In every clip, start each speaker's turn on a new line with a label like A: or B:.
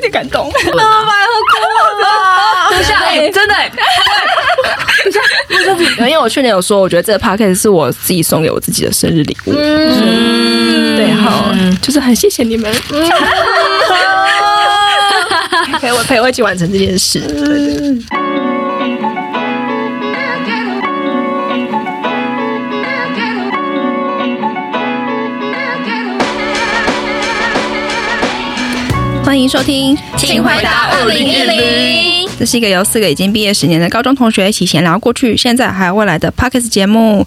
A: 点感动。啊
B: 等一下，哎，真 的，哎
A: 因为我去年有说，我觉得这个 p a c k a g e 是我自己送给我自己的生日礼物。嗯，对，好，就是很谢谢你们， 陪我陪我一起完成这件事。对对对欢迎收听，
B: 请回答2010。
A: 这是一个由四个已经毕业十年的高中同学一起闲聊过去、现在还有未来的 p o d c a s t 节目。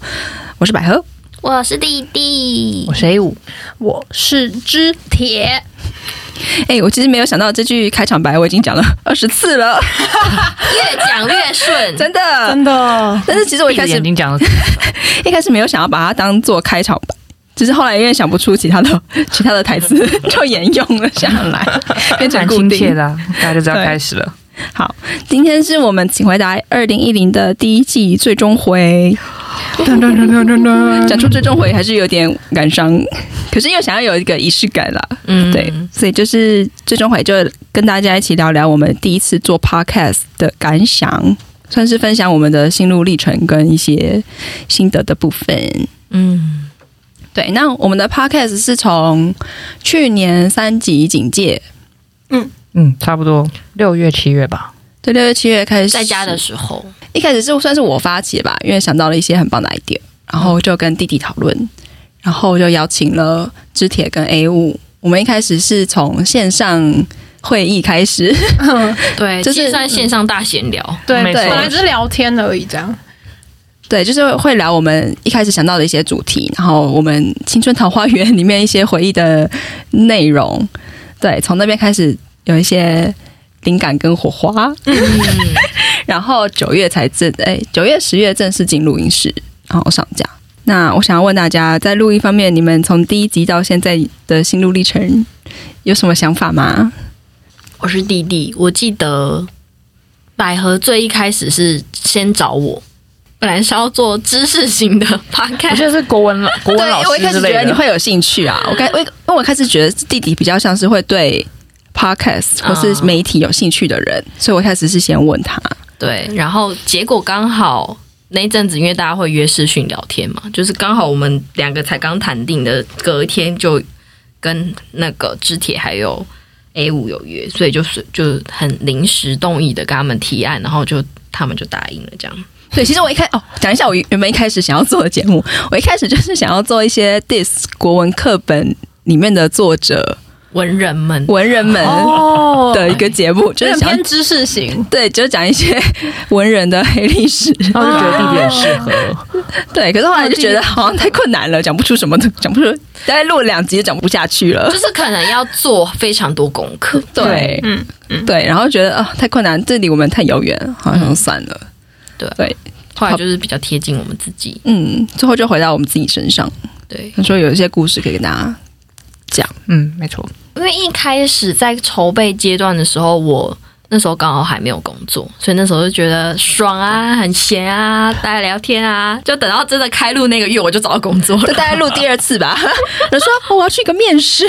A: 我是百合，
C: 我是弟弟
B: 我，是 A 五，
D: 我是知铁，
A: 哎、我其实没有想到这句开场白我已经讲了二十次了，
C: 越讲越顺，
A: 真的。
D: 的
A: 但是其实我一
B: 闭着
A: 开始
B: 眼 睛讲的，
A: 一开始没有想要把它当做开场白，只是后来因为想不出其他的其他的台词，就沿用了下来，变成
B: 蛮
A: 固
B: 亲切
A: 定。
B: 的啊，大家就知道
A: 对
B: 开始了。
A: 好，今天是我们请回答二零一零的第一季最终回，
B: 噔噔噔噔噔噔，
A: 讲出最终回还是有点感伤，可是又想要有一个仪式感啦，
C: 嗯
A: 对，所以就是最终回就跟大家一起聊聊我们第一次做 podcast 的感想，算是分享我们的心路历程跟一些心得的部分。
C: 嗯，
A: 对，那我们的 podcast 是从去年三级警戒，
B: 嗯，差不多六月七月吧。
A: 对六月七月开始
C: 在家的时候，
A: 一开始是算是我发起吧，因为想到了一些很棒的 idea，然后就跟弟弟讨论，然后就邀请了知铁跟 A 五。我们一开始是从线上会议开始，
C: 对，
A: 就是
C: 其实算线上大闲聊，
D: 对
B: 没
D: 对，
B: 错
D: 本来只是聊天而已，这样
A: 对，就是会聊我们一开始想到的一些主题，然后我们青春桃花源里面一些回忆的内容，对，从那边开始有一些灵感跟火花， 然后九月才正，哎，九月十月正式进录音室，然后上架。那我想要问大家，在录音方面，你们从第一集到现在的心路历程有什么想法吗？
C: 我是弟弟，我记得百合最一开始是先找我，本来是要做知识型的
B: 我
C: podcast，
B: 记得是国文老国文老
A: 对，我一
B: 师
A: 开
B: 之
A: 始觉
B: 类
A: 得你
B: 的。嗯
A: 会有兴趣啊，我开我因为我开始觉得弟弟比较像是会对 podcast 或
B: 啊
A: 是媒体有兴趣的人，所以我开始是先问他，
C: 对，然后结果刚好那一阵子，因为大家会约视讯聊天嘛，就是刚好我们两个才刚谈定的，隔一天就跟那个知铁还有 A 五有约，所以就是就很临时动议的跟他们提案，然后就他们就答应了这样。
A: 对，其实我一开哦，讲一下我原本一开始想要做的节目，我一开始就是想要做一些 dis 国文课本里面的作者
C: 文人们，
A: 文人们
D: 哦
A: 的一个节目，嗯就
D: 有
A: 是
D: 点
A: 想要
D: 偏知识型，
A: 对，就是讲一 些文人的黑历史。
B: 然后就觉得弟弟很适合，
A: 哦对，可是后来就觉得好像太困难了，讲不出什么，讲不出，大概录了两集就讲不下去了
C: 就。是可能要做非常多功课。
A: 对，
D: 嗯
A: 对，然后觉得啊、太困难，这离我们太遥远了，好像算了。
C: 对
A: 对，
C: 后来就是比较贴近我们自己。
A: 嗯，最后就回到我们自己身上，
C: 对，
A: 说有一些故事可以跟大 家。
B: 嗯，没错，
C: 因为一开始在筹备阶段的时候，我那时候刚好还没有工作，所以那时候就觉得爽啊，很闲啊，大家聊天啊。就等到真的开录那个月，我就找到工作
A: 就
C: 了。
A: 大概录第二次 吧。我说、哦我要去一个面 试，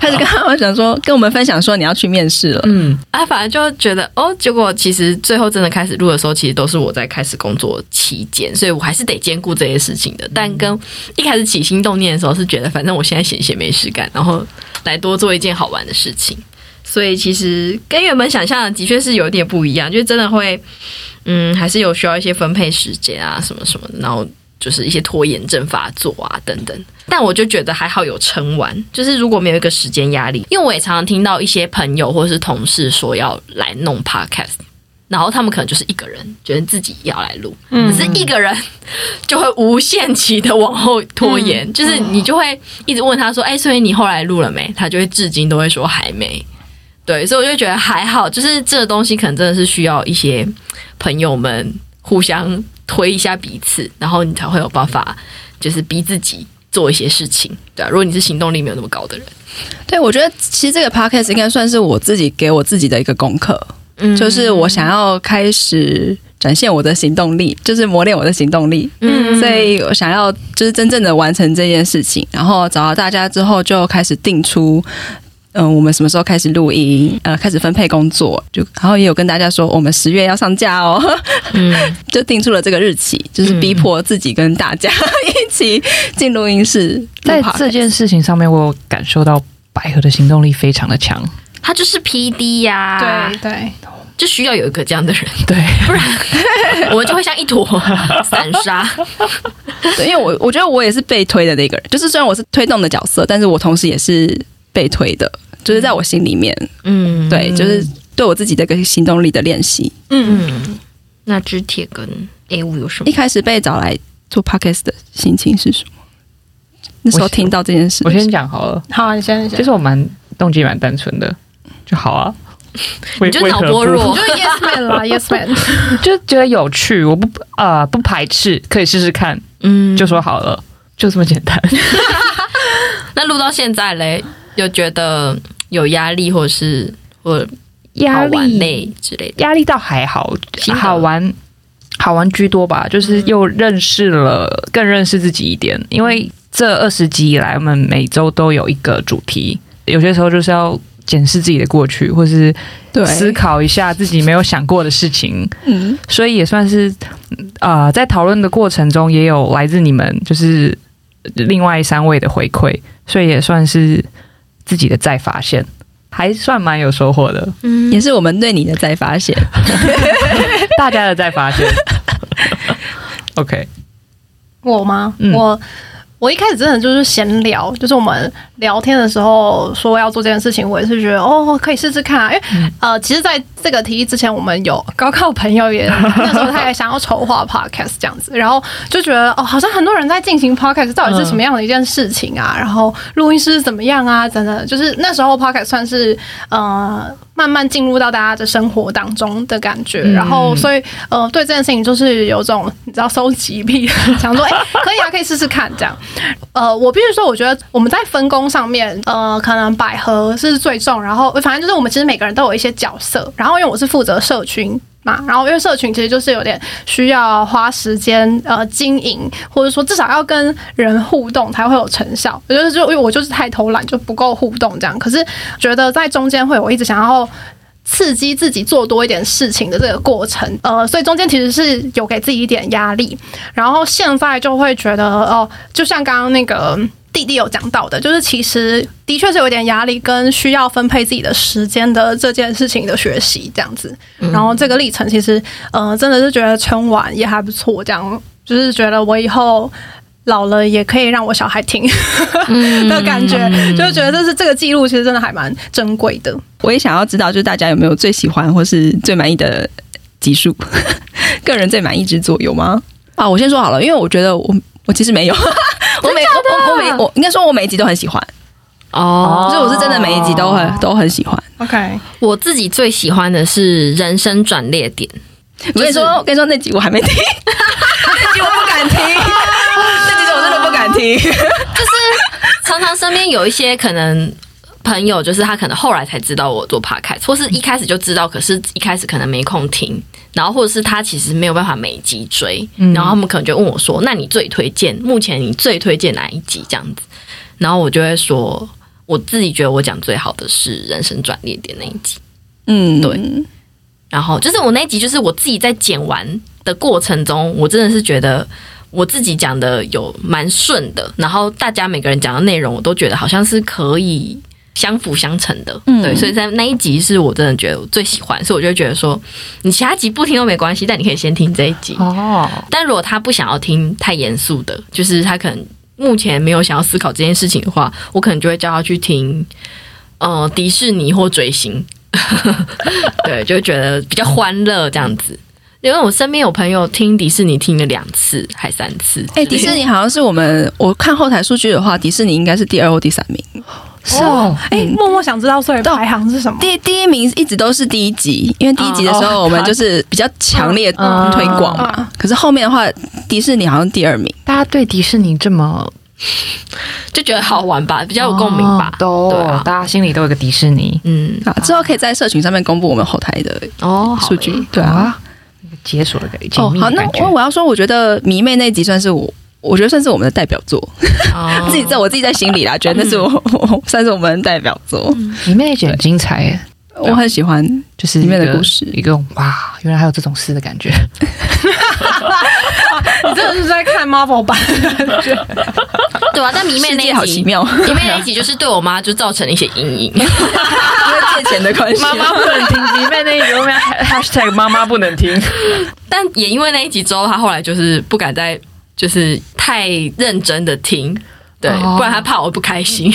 A: 开始跟他们讲说，跟我们分享说你要去面试了。
B: 嗯，
C: 啊，反正就觉得哦，结果其实最后真的开始录的时候，其实都是我在开始工作期间，所以我还是得兼顾这些事情的。但跟一开始起心动念的时候，是觉得反正我现在闲闲没事干，然后来多做一件好玩的事情。所以其实跟原本想象的的确是有点不一样，就是真的会，嗯，还是有需要一些分配时间啊，什么什么的，然后就是一些拖延症发作啊等等。但我就觉得还好有撑完，就是如果没有一个时间压力，因为我也常常听到一些朋友或是同事说要来弄 podcast，然后他们可能就是一个人，觉得自己要来录，可
D: 嗯
C: 是一个人就会无限期的往后拖延，就是你就会一直问他说：“哎、所以你后来录了没？”他就会至今都会说还没。对，所以我就觉得还好，就是这个东西可能真的是需要一些朋友们互相推一下彼此，然后你才会有办法，就是逼自己做一些事情，对啊，如果你是行动力没有那么高的人，
A: 对，我觉得其实这个 podcast 应该算是我自己给我自己的一个功课，
C: 嗯
A: 就是我想要开始展现我的行动力，就是磨练我的行动力。
C: 嗯
A: 所以我想要就是真正的完成这件事情，然后找到大家之后，就开始定出嗯、我们什么时候开始录音，呃，开始分配工作，就然后也有跟大家说，我们十月要上架哦，
C: 嗯，
A: 就定出了这个日期，就是逼迫自己跟大家 一起进录音室录
B: 在
A: podcast
B: 这件事情上面，我有感受到百合的行动力非常的强。
C: 他就是 P D 呀、
D: 对，嗯对，
C: 就需要有一个这样的人，
B: 对，
C: 我们就会像一坨散沙。
A: 对，因为我我觉得我也是被推的那个人，就是虽然我是推动的角色，但是我同时也是被推的，就是在我心里面，
C: 嗯，
A: 对，就是对我自己这个行动力的练习。
D: 嗯，
C: 嗯，那知铁跟 A 五有什
A: 一
C: 么？
A: 开始被找来做 podcast 的心情是什么？那时候听到这件事，
B: 我先讲好了，
D: 好，你先，你先
B: 其实我蛮动机蛮单纯的，就好啊。为
C: 你就
B: 为
C: 脑
B: 何
C: 波
B: 不
D: 你
C: 弱
D: 就，是 yes man 啦，yes man，
B: 就觉得有趣，我不啊、不排斥，可以试试看，
C: 嗯，
B: 就说好了，就这么简单。
C: 那录到现在嘞，有觉得有压力，或者是或者好
B: 压
C: 玩
B: 力
C: 累之类的？
B: 压力倒还好，
C: 心得嗯
B: 好玩好玩居多吧，就是又认识了，更认识自己一点。因为这二十集以来，我们每周都有一个主题，有些时候就是要检视自己的过去，或是
A: 对
B: 思考一下自己没有想过的事情。
A: 嗯，
B: 所以也算是呃，在讨论的过程中，也有来自你们就是另外三位的回馈，所以也算是自己的再发现，还算蛮有收获的。
C: 嗯
A: 也是我们对你的再发现。
B: 大家的再发现。OK，
D: 我吗？
B: 嗯
D: 我我一开始真的就是闲聊，就是我们聊天的时候说要做这件事情，我也是觉得哦，可以试试看啊。因为、呃，其实在这个提议之前，我们有高考朋友也那时候他也想要筹划 podcast 这样子，然后就觉得哦，好像很多人在进行 podcast，到底是什么样的一件事情啊？然后录音师是怎么样啊？等等，就是那时候 podcast 算是呃慢慢进入到大家的生活当中的感觉，然后所以呃对这件事情就是有种你知道收集癖， 想说哎、可以啊，可以试试看这样。呃，我必须说，我觉得我们在分工上面，呃，可能百合是最重，然后反正就是我们其实每个人都有一些角色，然后因为我是负责社群。嘛，然后因为社群其实就是有点需要花时间呃经营，或者说至少要跟人互动才会有成效。我觉得就因为我就是太偷懒，就不够互动这样。可是觉得在中间会有一直想要刺激自己做多一点事情的这个过程，呃，所以中间其实是有给自己一点压力，然后现在就会觉得哦，就像刚刚那个。弟弟有讲到的，就是其实的确是有点压力，跟需要分配自己的时间的这件事情的学习这样子。然后这个历程其实，呃，真的是觉得撑完也还不错，这样就是觉得我以后老了也可以让我小孩听 的感觉，就觉得这是这个记录其实真的还蛮珍贵的。
A: 我也想要知道，就是大家有没有最喜欢或是最满意的集数？ 个人最满意之作有吗？啊，我先说好了，因为我觉得我我其实没有， 我每我我我每我应该说我每一集都很喜欢，
C: 哦
A: 就，是我是真的每一集都很都很喜欢。
D: OK，
C: 我自己最喜欢的是人生转捩点，
A: 我跟你说，我跟你说那集我还没听，那集我不敢 听，那集我真的不敢听。
C: 常常身边有一些可能朋友，就是他可能后来才知道我做 podcast，或是一开始就知道，可是一开始可能没空听，然后或者是他其实没有办法每集追，然后他们可能就问我说：“那你最推荐？目前你最推荐哪一集？”这样子，然后我就会说，我自己觉得我讲最好的是人生转捩点那一集。
A: 嗯，
C: 对，然后就是我那一集，就是我自己在剪完的过程中，我真的是觉得我自己讲的有蛮顺的，然后大家每个人讲的内容，我都觉得好像是可以相辅相成的，
A: 嗯
C: 对，所以在那一集是我真的觉得我最喜欢，所以我就觉得说，你其他集不听都没关系，但你可以先听这一集。
B: 哦，
C: 但如果他不想要听太严肃的，就是他可能目前没有想要思考这件事情的话，我可能就会叫他去听，呃，迪士尼或追星， 对，就觉得比较欢乐这样子。因为我身边有朋友听迪士尼听了两次还三次，
A: 哎、迪士尼好像是我们我看后台数据的话，迪士尼应该是第二或第三名。
B: 是哦，
D: 哎、默默想知道所以排行是什么？
A: 第第一名一直都是第一集，因为第一集的时候我们就是比较强烈
B: 嗯
A: 推广嘛。
D: 嗯
A: 可是后面的话，迪士尼好像第二名。
B: 大家对迪士尼这么
C: 就觉得好玩吧，比较有共鸣吧，
A: 哦
B: 哦都
C: 对啊，
B: 大家心里都有个迪士尼
C: 嗯，
A: 啊，之后可以在社群上面公布我们后台的
C: 哦，好
A: 数据
C: 欸。
A: 对啊，，
B: 解锁了个解
A: 哦，
B: 密
A: 好，
B: 的
A: 那
B: 感觉
A: 我。我要说，我觉得迷妹那集算是我我觉得算是我们的代表作，
C: 哦
A: 自己在我自己在心里啦，觉得那是我 我算是我们的代表作，
B: 里面也觉得很精彩耶，
A: 我很喜欢。
B: 就是
A: 里面的
B: 一个
A: 故事
B: 一个哇，原来还有这种事的感 觉。
D: 你真的是在看 Marvel 版，
C: 对啊，但迷妹
A: 世
C: 那
A: 界
C: 一
A: 好
C: 集
A: 奇，妙，因
C: 迷妹那一集就是对我妈就造成了一些阴影。
A: 为借钱的关系，
B: 不能听，里面那一面 hashtag 妈妈不能听。
C: 但也因为那一集之后，他后来就是不敢再就是太认真的听，对，
B: 哦
C: 不然他怕我不开 心。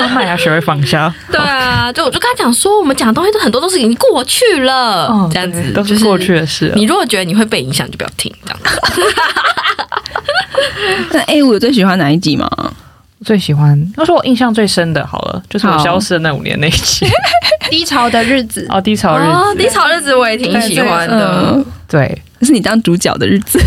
B: 妈妈也要学会放下，
C: 对啊， 就我就跟他讲说，我们讲的东西都很多都是已经过去了，
B: 哦
C: 这样子
B: 对都是过去的事
C: 就是
B: 了
C: 你如果觉得你会被影响，就不要听这样。
A: 那 A 五最喜欢哪一集吗？
B: 我最喜欢，要说我印象最深的，好了，就是我
A: 好
B: 消失的那五年那一期，
D: 低潮的日子。
B: 哦，低潮日
C: 哦，
B: 子，
C: 低潮日子我也挺喜欢的。
A: 嗯，
B: 对，
A: 是你当主角的日子，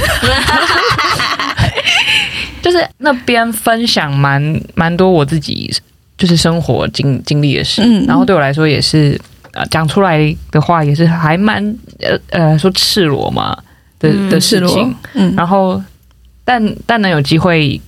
B: 就是那边分享蛮蛮多我自己就是生活经经历的事，
A: 嗯
B: 然后对我来说也是呃讲出来的话也是还蛮呃呃说赤裸嘛的
C: 嗯
B: 的
A: 赤
B: 事
A: 裸
B: 情，，
A: 嗯，
B: 然后但但能有机会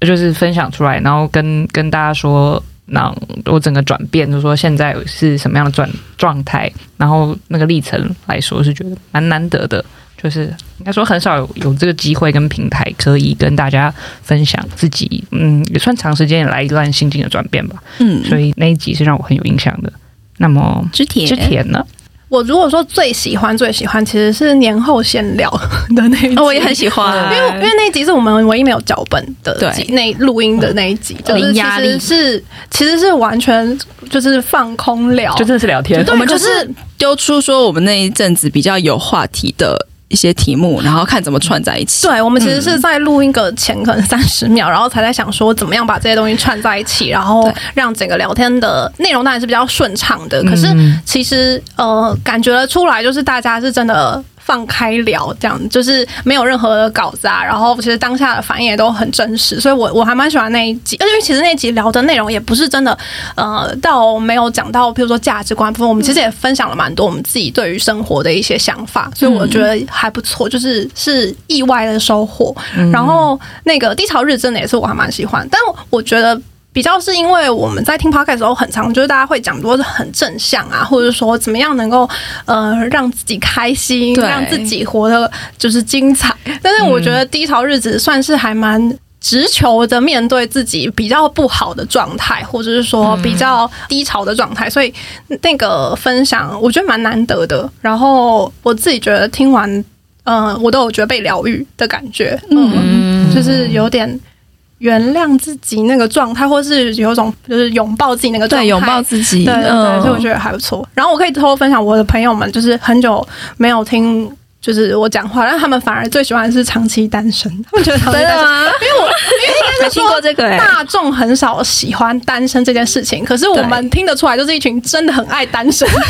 B: 就是分享出来，然后跟跟大家说。那我整个转变，就是说现在是什么样的状状态，然后那个历程来说，是觉得蛮难得的。就是应该说很少有有这个机会跟平台可以跟大家分享自己，嗯，也算长时间以来一段心境的转变吧。
A: 嗯，
B: 所以那一集是让我很有印象的。那么
A: 之铁
B: 之田呢？
D: 我如果说最喜欢最喜欢，其实是年后闲聊的那一集，
A: 哦，我也很喜欢，
D: 因为因为那一集是我们唯一没有脚本的集，
A: 对
D: 那录音的那一集，就是
C: 零
D: 其
C: 压力
D: 实是其实是完全就是放空聊，
B: 就真的是聊天
D: 对，
A: 我哦们就
D: 可
A: 是丢出说我们那一阵子比较有话题的一些题目，然后看怎么串在一起。
D: 对，我们其实是在录音个前可能三十秒，然后才在想说怎么样把这些东西串在一起，然后
A: 对
D: 让整个聊天的内容当然是比较顺畅的。可是
B: 嗯
D: 其实呃，感觉得出来就是大家是真的。放开聊，这样就是没有任何的稿子啊，然后其实当下的反应也都很真实，所以我我还蛮喜欢那一集，而且其实那一集聊的内容也不是真的，呃，到没有讲到，譬如说价值观部分，我们其实也分享了蛮多我们自己对于生活的一些想法，所以我觉得还不错，就是是意外的收获。然后那个低潮日真的也是我还蛮喜欢，但我觉得。比较是因为我们在听 podcast 的时候，很常就是大家会讲多是很正向啊，或者说怎么样能够呃让自己开心，
A: 对
D: 让自己活得就是精彩。但是我觉得低潮日子算是还蛮直球的面对自己比较不好的状态，或者是说比较低潮的状态，所以那个分享我觉得蛮难得的。然后我自己觉得听完，呃，我都有觉得被疗愈的感觉，嗯，
C: 嗯，
D: 就是有点。原谅自己那个状态，或是有一种就是拥抱自己那个状态，
A: 对，拥抱自己，
D: 对对对，所以我
A: 嗯，
D: 觉得还不错。然后我可以偷偷分享，我的朋友们就是很久没有听。就是我讲话，但他们反而最喜欢的是长期单身， 他们觉得长期单身，
A: 吗？
D: 因为我
A: 没听过这个哎，
D: 大众很少喜欢单身这件事情，可是我们听得出来，就是一群真的很爱单身， 就是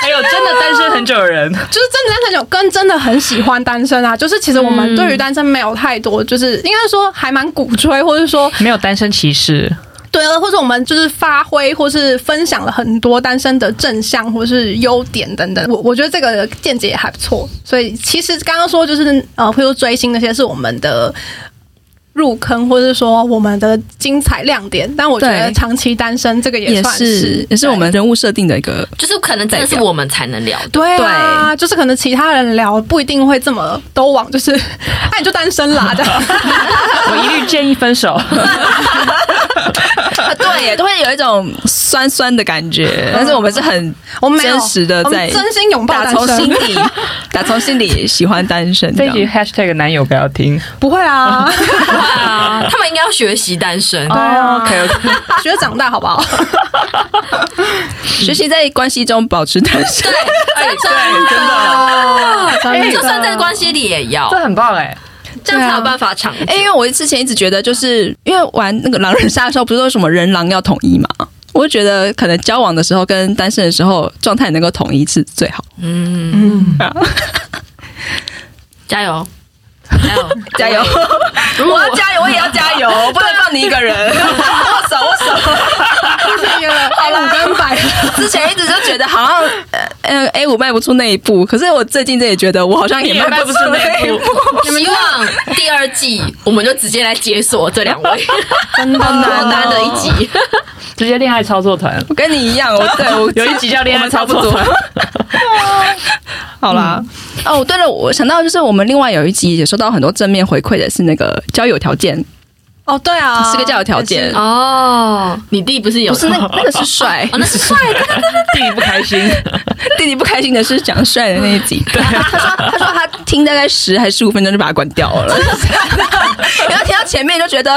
B: 还有真的单身很久 的人，
D: 真的单身有跟真的很喜欢单身啊，就是其实我
A: 嗯
D: 们对于单身没有太多，就是应该说还蛮鼓吹，或是说
B: 没有单身歧视。
D: 对啊，或者我们就是发挥，或是分享了很多单身的正向或是优点等等。我我觉得这个见解也还不错。所以其实刚刚说就是呃，譬如追星那些是我们的入坑，或是说我们的精彩亮点。但我觉得
A: 对
D: 长期单身这个也
A: 也
D: 算
A: 是也是我们人物设定的一个，
C: 就是可能真的是我们才能聊的。
D: 对啊，就是可能其他人聊不一定会这么都往，就是 那、你就单 身啦这样。
B: 我一律建议分手。
A: 对，都会有一种酸酸的感觉，但是我们是很
D: 我们没有
A: 真实的
D: 我们
A: 在
D: 真心拥抱
A: 打
D: 单
A: 从
D: 身
A: 心，里打从心里喜欢单身这
B: 这 一
A: 样，
B: 集 hashtag 男友不要听。
D: 不会 啊，
C: 对啊， 他们应该要学习单身。哎
B: 哦 OK OK，
D: 学长大好不好？
A: 学习在关系中保持单身，
C: 哎，真的，
B: 啊
A: 哦
D: 哎
C: 就算在关系里也要
B: 这，很棒哎。
C: 这样才有办法长久。
A: 哎、因为我之前一直觉得，就是因为玩那个狼人杀的时候，不是说什么人狼要统一嘛？我就觉得可能交往的时候跟单身的时候状态能够统一是最好。
C: 嗯，
D: 嗯，
C: 加 油，加油，
A: 加油！ 我要加油，我也要加 油，不能放你一个人。握手，握手。
D: 就是一个五跟百合
A: 之前一直就觉得好像呃呃 A 五迈不出那一步，可是我最近这也觉得我好像也
C: 也
A: 迈
C: 迈
A: 不
C: 不
A: 出
C: 出
A: 那
C: 那
A: 一
C: 一
A: 步
C: 步。 希望第二季我们就直接来解锁这两 位
D: 真的
A: 好
C: 很难的一集。
B: 直接恋爱操作团，
A: 我 跟你一样，我对我
B: 有一集叫恋
A: 我
B: 爱
A: 们差
B: 操
A: 不
B: 作
A: 多
B: 团。。
A: 好啦，哦，对了，我想到就是我们另外有一集也收到很多正面回馈的是那个交友条件，
D: 哦，对啊，
A: 是个交友条件，
C: 哦，你弟不是有
A: 不是那个那个是帅，
C: 哦，那是帅的，
B: 弟弟不开心，
A: 弟弟不开心的是讲帅的那一集，对，他说他说他听大概十还是十五分钟就把它关掉了，然后听到前面就觉得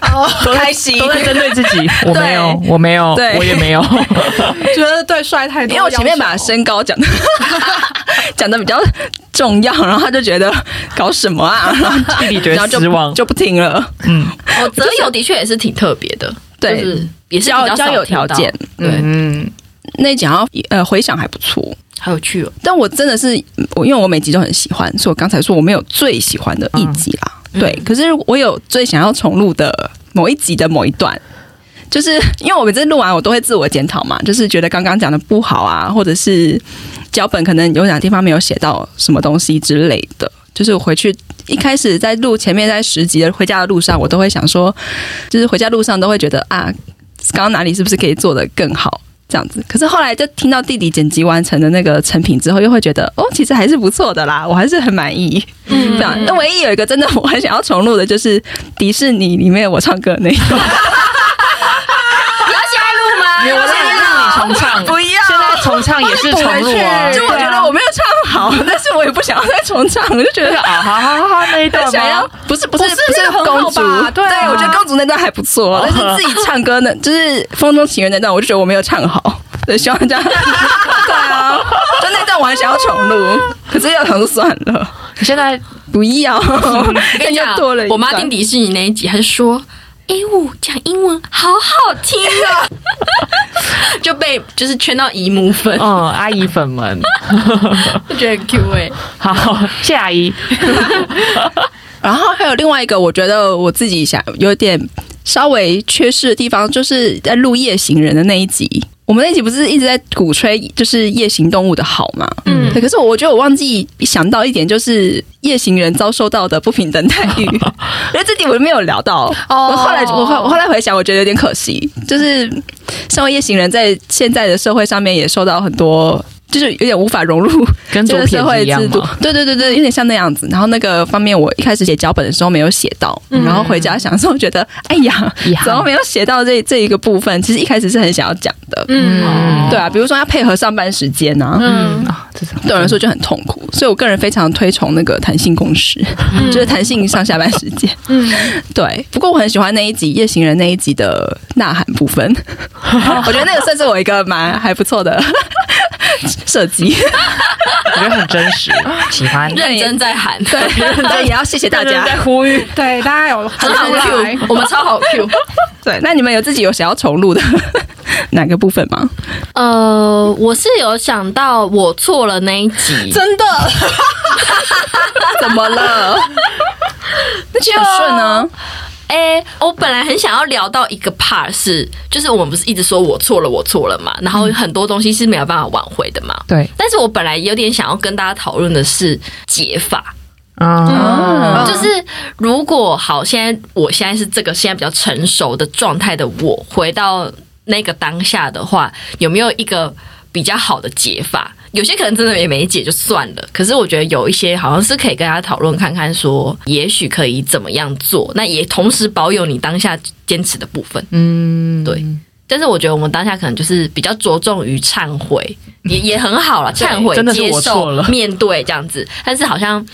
D: 哦，
A: 开心，
B: 都在针对自己。我没有，
A: 对
B: 我没有，
A: 对
B: 我也 没有。
D: 觉得对帅太多
A: 因
D: 要求，
A: 为我前面把身高讲的讲的比较重要，然后他就觉得搞什么啊，然后
B: 弟弟觉
A: 然后
B: 得
A: 就
B: 失望。
A: 就不听了，
B: 嗯
C: 哦，择友的确也是挺特别的，
A: 对
C: 就是也是比
A: 交
C: 较少
A: 交友
C: 听到
A: 条件，
C: 对，
B: 嗯，
A: 那一集好像呃回响还不错，
C: 好 有趣哦，
A: 但我真的是我，因为我每集都很喜欢，所以我刚才说我没有最喜欢的一集啦。
C: 嗯
A: 对，
C: 嗯
A: 可是我有最想要重录的某一集的某一段，就是因为我每次录完我都会自我检讨嘛，就是觉得刚刚讲的不好啊，或者是脚本可能有哪地方没有写到什么东西之类的。就是我回去一开始在录前面在十集的回家的路上，我都会想说，就是回家路上都会觉得啊，刚刚哪里是不是可以做得更好这样子。可是后来就听到弟弟剪辑完成的那个成品之后，又会觉得哦，其实还是不错的啦，我还是很满意。
D: 嗯
A: 这样，那唯一有一个真的我很想要重录的，就是迪士尼里面我唱歌的那一段。
B: 没有，我让你让你重唱，
A: 不要
B: 现在重唱也是重录啊。
A: 就我觉得我没有唱好，但是我也不想要再重唱，我就觉
B: 对
A: 得
B: 啊。啊，好好好，那一段
A: 很想要
B: 吗？
A: 不是不是
D: 不是那个很
A: 公
D: 好
A: 主
D: 吧，对啊
A: 我觉得公主那段还不 错，但是自己唱歌呢，就是《风中情人》那段，我就觉得我没有唱好， 对，希望大家对啊，就那段我还想要重录，可是要想说算了，
B: 你现在
A: 不 要，
C: 我跟
A: 那
C: 你讲
A: 就多了一段。
C: 我妈听迪士尼那一集，她就说。A 五讲英文好好听啊， 就被就是圈到姨母粉，
A: 哦
B: 嗯，阿姨粉们，
C: 就觉得很 Q
A: 哦
C: 哎、
B: 好，谢谢阿姨。
A: 然后还有另外一个，我觉得我自己想有点稍微缺失的地方，就是在录夜行人的那一集。我们那一集不是一直在鼓吹就是夜行动物的好吗？
B: 嗯
A: 对。可是我觉得我忘记想到一点，就是夜行人遭受到的不平等待 遇，因为这集我没有聊到。
D: 哦
A: 我后来我后我后来回想，我觉得有点可惜，就是身为夜行人，在现在的社会上面也受到很多，就是有点无法融入
B: 跟
A: 这
B: 左
A: 个
B: 撇
A: 社
B: 子
A: 会
B: 一样
A: 制度
B: 嘛，，
A: 对对对对，有点像那样子。然后那个方面，我一开始写脚本的时候没有写到，
D: 嗯
A: 然后回家想的时候觉得，哎呀
B: 遗，憾
A: 怎么没有写到这这一个部分？其实一开始是很想要讲的，
B: 嗯
A: 对啊，比如说要配合上班时间啊，
B: 嗯啊，这种
A: 对我来说就很痛苦。所以我个人非常推崇那个弹性工时，就是弹性上下班时间。
D: 嗯，
A: 对，不过我很喜欢那一集《夜行人》那一集的呐喊部 分，我觉得那个算是我一个蛮还不错的设计。
B: 我觉得很真实，喜欢。
C: 认真在喊，
A: 对， 但也要谢谢大
B: 认
A: 家
B: 真。在呼吁，
D: 对，大家有
C: 很好
D: 出来
C: Q，我们超好 Q。
A: 对，那你们有自己有想要重录的 哪个部分吗？
C: 呃，我是有想到我错了那一集，
D: 真的，
A: 啊怎么了？那 就很顺啊，
C: 哎、我本来很想要聊到一个 part 是，就是我们不是一直说我错了，我错了嘛，然后很多东西是没有办法挽回的嘛。
B: 对，
C: 但是我本来有点想要跟大家讨论的是解法，
B: 啊，
D: 嗯
C: 就是如果好，现在我现在是这个现在比较成熟的状态的我，回到那个当下的话，有没有一个比较好的解法？有些可能真的也没解就算了，可是我觉得有一些好像是可以跟大家讨论看看说也许可以怎么样做，那也同时保有你当下坚持的部分。
B: 嗯，
C: 对但是我觉得我们当下可能就是比较着重于忏悔，也也很好了，忏悔
B: 真、的是
C: 接
B: 我
C: 受
B: 错了、
C: 面对这样子。但是好像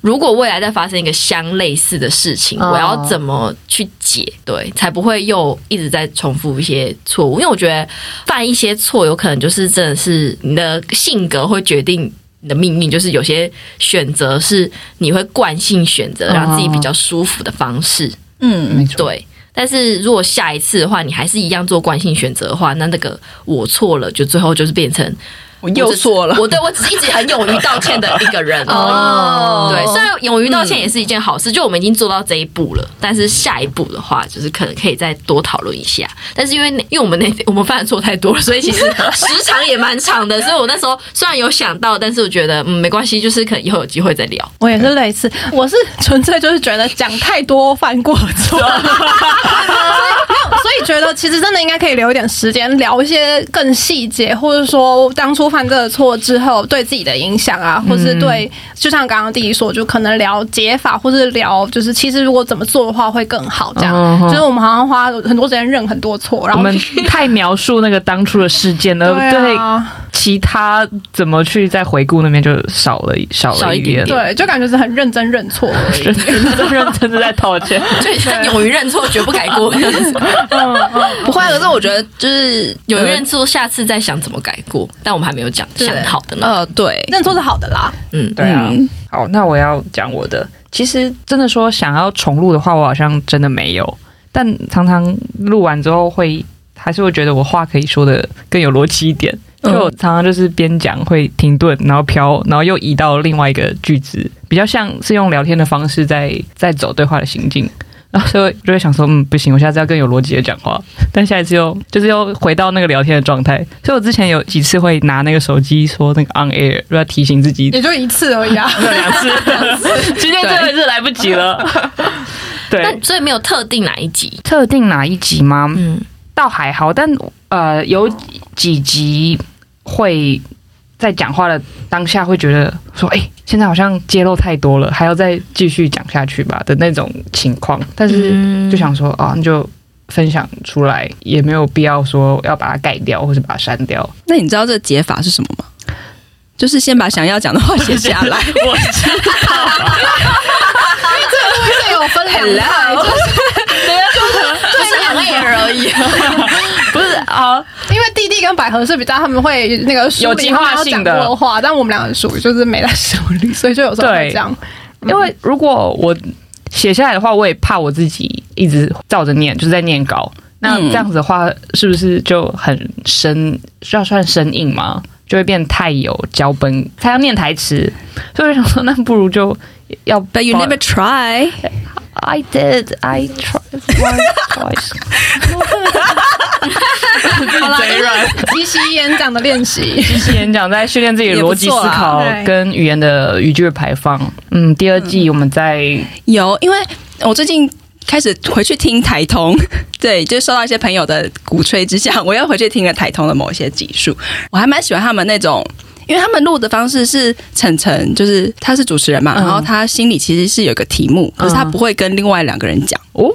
C: 如果未来再发生一个相类似的事情，
B: 哦
C: 我要怎么去解？对，才不会又一直在重复一些错误。因为我觉得犯一些错，有可能就是真的是你的性格会决定。你的命运就是有些选择是你会惯性选择让自己比较舒服的方式，
A: 嗯，
B: 没错，
C: 对，但是如果下一次的话，你还是一样做惯性选择的话，那那个我错了，就最后就是变成
A: 我又错了
C: 我对我只是一直很勇于道歉的一个 人嗯
D: 哦
C: 对，虽然勇于道歉也是一件好事，就我们已经做到这一步了，但是下一步的话，就是可能可以再多讨论一下。但是因为那因为我们那我们犯的错太多了，所以 其实时长也蛮长的，所以我那时候虽然有想到，但是我觉得嗯没关系，就是可能以后有机会再聊。
D: 我也是类似，我是纯粹就是觉得讲太多犯过错，所以没有所以觉得其实真的应该可以留一点时间聊一些更细节，或者说当初犯这个错之后对自己的影响啊，或是对，就像刚刚弟弟说，就可能聊解法，或是聊就是其实如果怎么做的话会更好，这样、
B: 嗯哼
D: 就是我们好像花很多时间认很多错，然
B: 我
D: 后
B: 们太描述那个当初的事件了，
D: 对啊。
B: 其他怎么去再回顾那边就少了少
C: 少
B: 了
C: 一点点
D: 对，就感觉是很认真认错而已。
B: 认 真认真的在道歉。
C: 所以他勇于认错，绝不改 过。
D: 嗯嗯
A: 不会，啊可是我觉得就是
C: 勇于认错，下次再想怎么改过，但我们还没有讲
D: 对
C: 想好的呢。
A: 呃，对，
D: 认错是好的啦。
C: 嗯，
B: 对啊，
A: 嗯
B: 好，那我要讲我的。其实真的说想要重录的话，我好像真的没有，但常常录完之后会还是会觉得我话可以说的更有逻辑一点。就
A: 嗯
B: 我常常就是边讲会停顿，然后飘，然后又移到另外一个句子，比较像是用聊天的方式在在走对话的行径。 然后所以我就会想说，嗯，不行，我下次要更有逻辑的讲话。但下一次又就是又回到那个聊天的状态。所以我之前有几次会拿那个手机说那个 on air，就要提醒自己
D: 也就一次而已啊。
B: 没有两次，今天真的是来不及了。对
C: 那，所以没有特定哪一集。
B: 特定哪一集吗？
C: 嗯，
B: 倒还好，但呃，有几集会在讲话的当下会觉得说，哎、现在好像揭露太多了，还要再继续讲下去吧的那种情况。但是
C: 嗯
B: 就想说啊，那就分享出来，也没有必要说要把它盖掉或是把它删掉。
A: 那你知道这个解法是什么吗？就是先把想要讲的话写下 来。
B: 我
D: 这有分两派，就是
C: 就是两个人而已。
B: 不是啊，
D: 因为弟弟跟百合是比较他们会那个梳理
B: 有计划性的
D: 他们要讲过话，但我们两个属于就是没在梳理，所以就有时候会这样。
B: 因
A: 嗯
B: 为如果我写下来的话，我也怕我自己一直照着念，就是在念稿。那
A: 嗯
B: 这样子的话，是不是就很生，要算生硬吗？就会变太有脚本，他要念台词，所以我想说，那不如就要
A: But you never try，
B: I did, I tried once, twice。
D: 好啦，
B: 贼软
D: 就是即席演讲的练习，
B: 机器演讲在训练自己的
A: 也不
B: 逻辑思
A: 错啦
B: 考
D: 对
B: 跟语言的语句的排放。嗯，第二季我们在
A: 有，因为我最近开始回去听台通， 对，就是受到一些朋友的鼓吹之下，我又回去听了台通的某一些集数，我还蛮喜欢他们那种。因为他们录的方式是晨晨，就是他是主持人嘛，
B: 嗯
A: 然后他心里其实是有个题目，可是他
B: 嗯
A: 不会跟另外两个人讲，
B: 哦，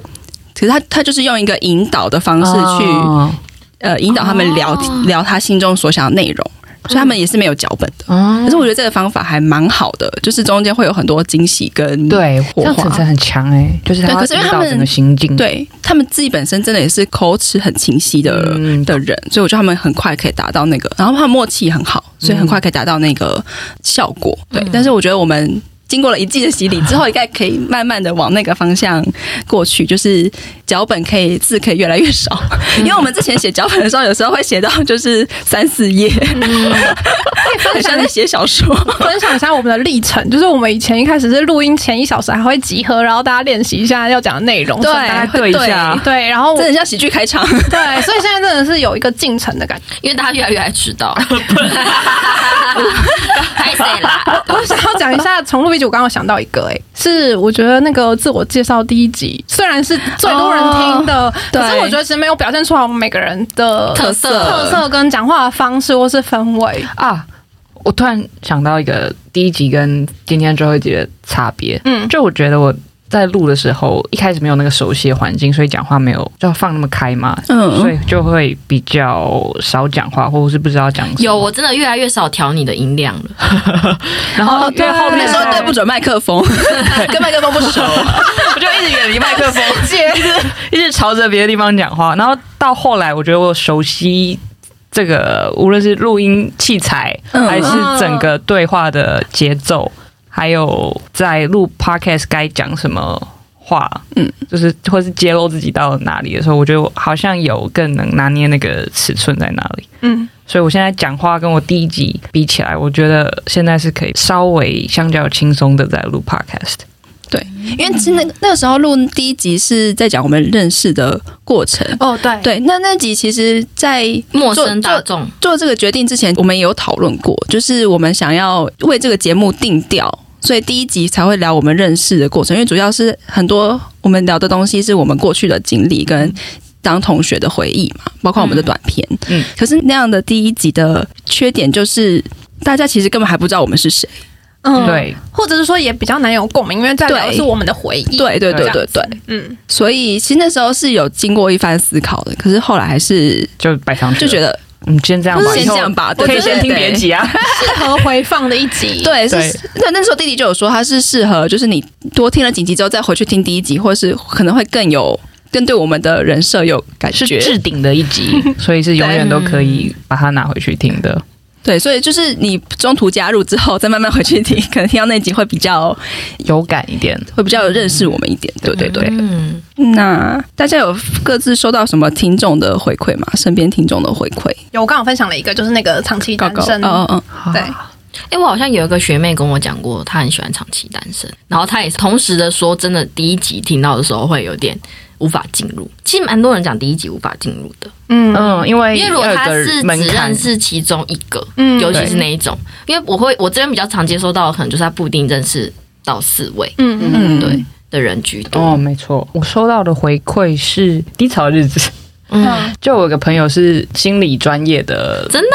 A: 可是他他就是用一个引导的方式去、
B: 哦
A: 呃引导他们聊、聊他心中所想的内容，所以他们也是没有脚本的。
B: 嗯
A: 可是我觉得这个方法还蛮好的，就是中间会有很多惊喜跟
B: 对，
A: 火
B: 嗯这样
A: 花
B: 晨晨很强哎、就是
A: 对
B: 他
A: 可是因为
B: 知
A: 他
B: 道
A: 们
B: 整个行径，
A: 对他们自己本身真的也是口齿很清晰的、
B: 嗯
A: 的人，所以我觉得他们很快可以达到那个，嗯然后他们默契很好，所以很快可以达到那个效果。对，但是我觉得我们。经过了一季的洗礼之后，应 该可以慢慢的往那个方向过去，就是脚本可以字可以越来越 少，因为我们之前写脚本的时候，有时候会写到就是三四页，
B: 嗯
A: 很像在写小 说。
D: 分享一下我们的历程。就是我们以前一开始是录音前一小时还会集合，然后大家练习一下要讲的内容，
A: 对啊
D: 所以大家
B: 对一下
D: 对，然后
A: 真的像喜剧开场，
D: 对，所以现在真的是有一个进程的感觉。
C: 因为大家越来越爱迟 到，拍谁啦？
D: 我想要讲一下重录一集，我刚刚有想到一个、欸，是我觉得那个自我介绍第一集虽然是最多人听的，
A: 对
D: 可是我觉得其实没有表现出来我们每个人的
C: 特色
D: 特色跟讲话的方式或是氛围。
B: 啊，我突然想到一个第一集跟今天最后一集的差别，
D: 嗯，
B: 就我觉得我在录的时候一开始没有那个熟悉的环境，所以讲话没有就要放那么开嘛，所
A: 嗯，
B: 以就会比较少讲话，或者是不知道讲什么。
C: 有，我真的越来越少调你的音量了。
B: 然后
D: 哦
B: 对
D: 对
B: 后面
A: 那时候对不准麦克风，跟麦克风不熟，
B: 我就一直远离麦克风，一直一直朝着别的地方讲话。然后到后来，我觉得我熟悉这个，无论是录音器材，
A: 嗯
B: 还是整个对话的节奏，还有在录 podcast 该讲什么话，
A: 嗯，
B: 就是或是揭露自己到哪里的时候，我觉得我好像有更能拿捏那个尺寸在哪里。
D: 嗯，
B: 所以我现在讲话跟我第一集比起来，我觉得现在是可以稍微相较轻松的在录 podcast。
A: 因为是那个那个时候录第一集是在讲我们认识的过程。
D: 哦，对，
A: 对，那那集其实，在
C: 陌生大众，
A: 做这个决定之前，我们也有讨论过，就是我们想要为这个节目定调，所以第一集才会聊我们认识的过程，因为主要是很多我们聊的东西是我们过去的经历跟。当同学的回忆嘛，包括我们的短片。
B: 嗯嗯
A: 可是那样的第一集的缺点就是，大家其实根本还不知道我们是谁。
D: 嗯，，
B: 对，
D: 或者是说也比较难有共鸣，因为在聊的
A: 对
D: 是我们的回忆。，
A: 对对对
B: 这
A: 对对，
D: 嗯，
A: 所以其实那时候是有经过一番思考的，可是后来还是
B: 就摆上去
A: 就觉
B: 得
A: 得
B: 嗯，先这样吧，
A: 先
B: 以后
A: 这样吧，对
B: 可以
A: 对
B: 先
A: 对
B: 听
A: 对
B: 别集啊。
D: 适合回放的一集。
A: 对，是
B: 对
A: 那那时候弟弟就有说，他是适合就是你多听了几集之后再回去听第一集，或是可能会更有更对我们的人设有感
B: 是
A: 觉。
B: 置顶的一 集，所以是永远都可以把它拿回去听的。
A: 对，所以就是你中途加入之后，再慢慢回去听，可能听到那集会比较
B: 有感一点。
A: 会比较有认识我们一点。对对对。
C: 嗯，
A: 那大家有各自收到什么听众的回馈吗？身边听众的回馈？
D: 有我刚好分享了一个，就是那个长期单身。
A: 哦哦哦，
D: 对，
C: 哎、我好像有一个学妹跟我讲过，她很喜欢长期单身，然后她也是同时的说，真的第一集听到的时候会有点无法进入。其实蛮多人讲第一集无法进入的，
D: 嗯
B: 嗯，因为
C: 因为如果
B: 要有
C: 她
B: 个
C: 是
B: 门
C: 只
B: 槛
C: 认，识其中一个，
D: 嗯
C: 尤其是那一种，因为我会我这边比较常接收到，的可能就是她不一定认识到四位
D: 嗯嗯
A: 嗯，
C: 对的人居多。
B: 哦，没错，我收到的回馈是低潮 日子。
C: 嗯，
D: 嗯，
B: 就我有个朋友是心理专业的，
C: 真的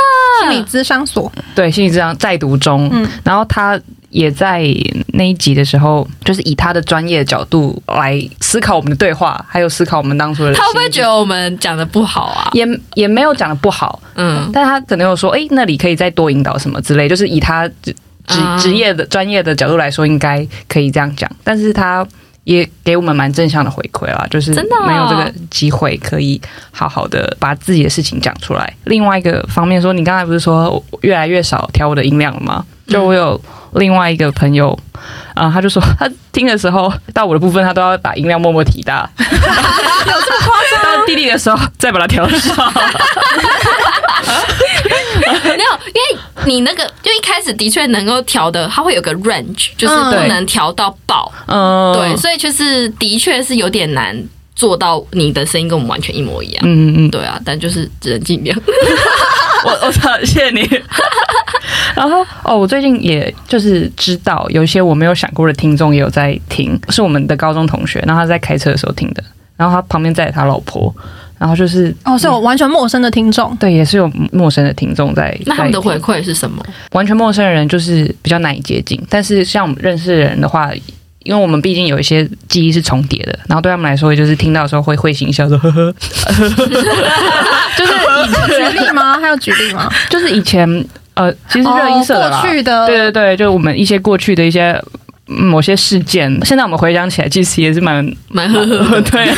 D: 心理咨商所。
B: 对心理治疗在读中，
D: 嗯
B: 然后他也在那一集的时候，就是以他的专业角度来思考我们的对话，还有思考我们当初的心理。
C: 她会不会觉得我们讲的不好啊？
B: 也也没有讲的不好，
C: 嗯，
B: 但他可能有说，哎、那里可以再多引导什么之类，就是以他职职
C: 啊
B: 职业的专业的角度来说，应该可以这样讲。但是他也给我们蛮正向的回馈啦，就是
C: 真的哦
B: 没有这个机会可以好好的把自己的事情讲出来。另外一个方面说，你刚才不是说我越来越少调我的音量了吗？就
C: 嗯
B: 我有另外一个朋友，啊、他就说他听的时候到我的部分，他都要把音量默默 提大，有这么夸张？到弟弟的时候再把它调 小。
C: 没有，因为你那个就一开始的确能够调的，它会有个 range，就是
D: 嗯
C: 不能调到爆。
B: 嗯，
C: 对，所以就是的确是有点难做到你的声音跟我们完全一模一样。
B: 嗯嗯嗯，
C: 对啊，但就是只能尽量。
B: 我我操，谢谢你。然后哦，我最近也就是知道有一些我没有想过的听众也有在听，是我们的高中同学，然后他在开车的时候听的，然后他旁边载着他老婆，然后就是
D: 哦，是我完全陌生的听众。
B: 对，也是有陌生的听众在。
C: 那他们的
B: 在听
C: 回馈是什么？
B: 完全陌生的人就是比较难以接近，但是像我们认识的人的话。因为我们毕竟有一些记忆是重叠的，然后对他们来说，就是听到的时候会会心一笑，说呵呵，
D: 就是有举例吗？还有举例吗？
B: 就是以前呃，其实热音社的啦
D: 哦过去的，
B: 对对对，就我们一些过去的一些嗯某些事件，现在我们回想起来，其实也是蛮
C: 蛮呵呵的。
B: 对，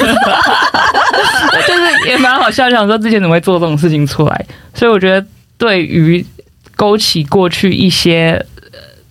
B: 就是也蛮好笑，想说之前怎么会做这种事情出来，所以我觉得对于勾起过去一些。呃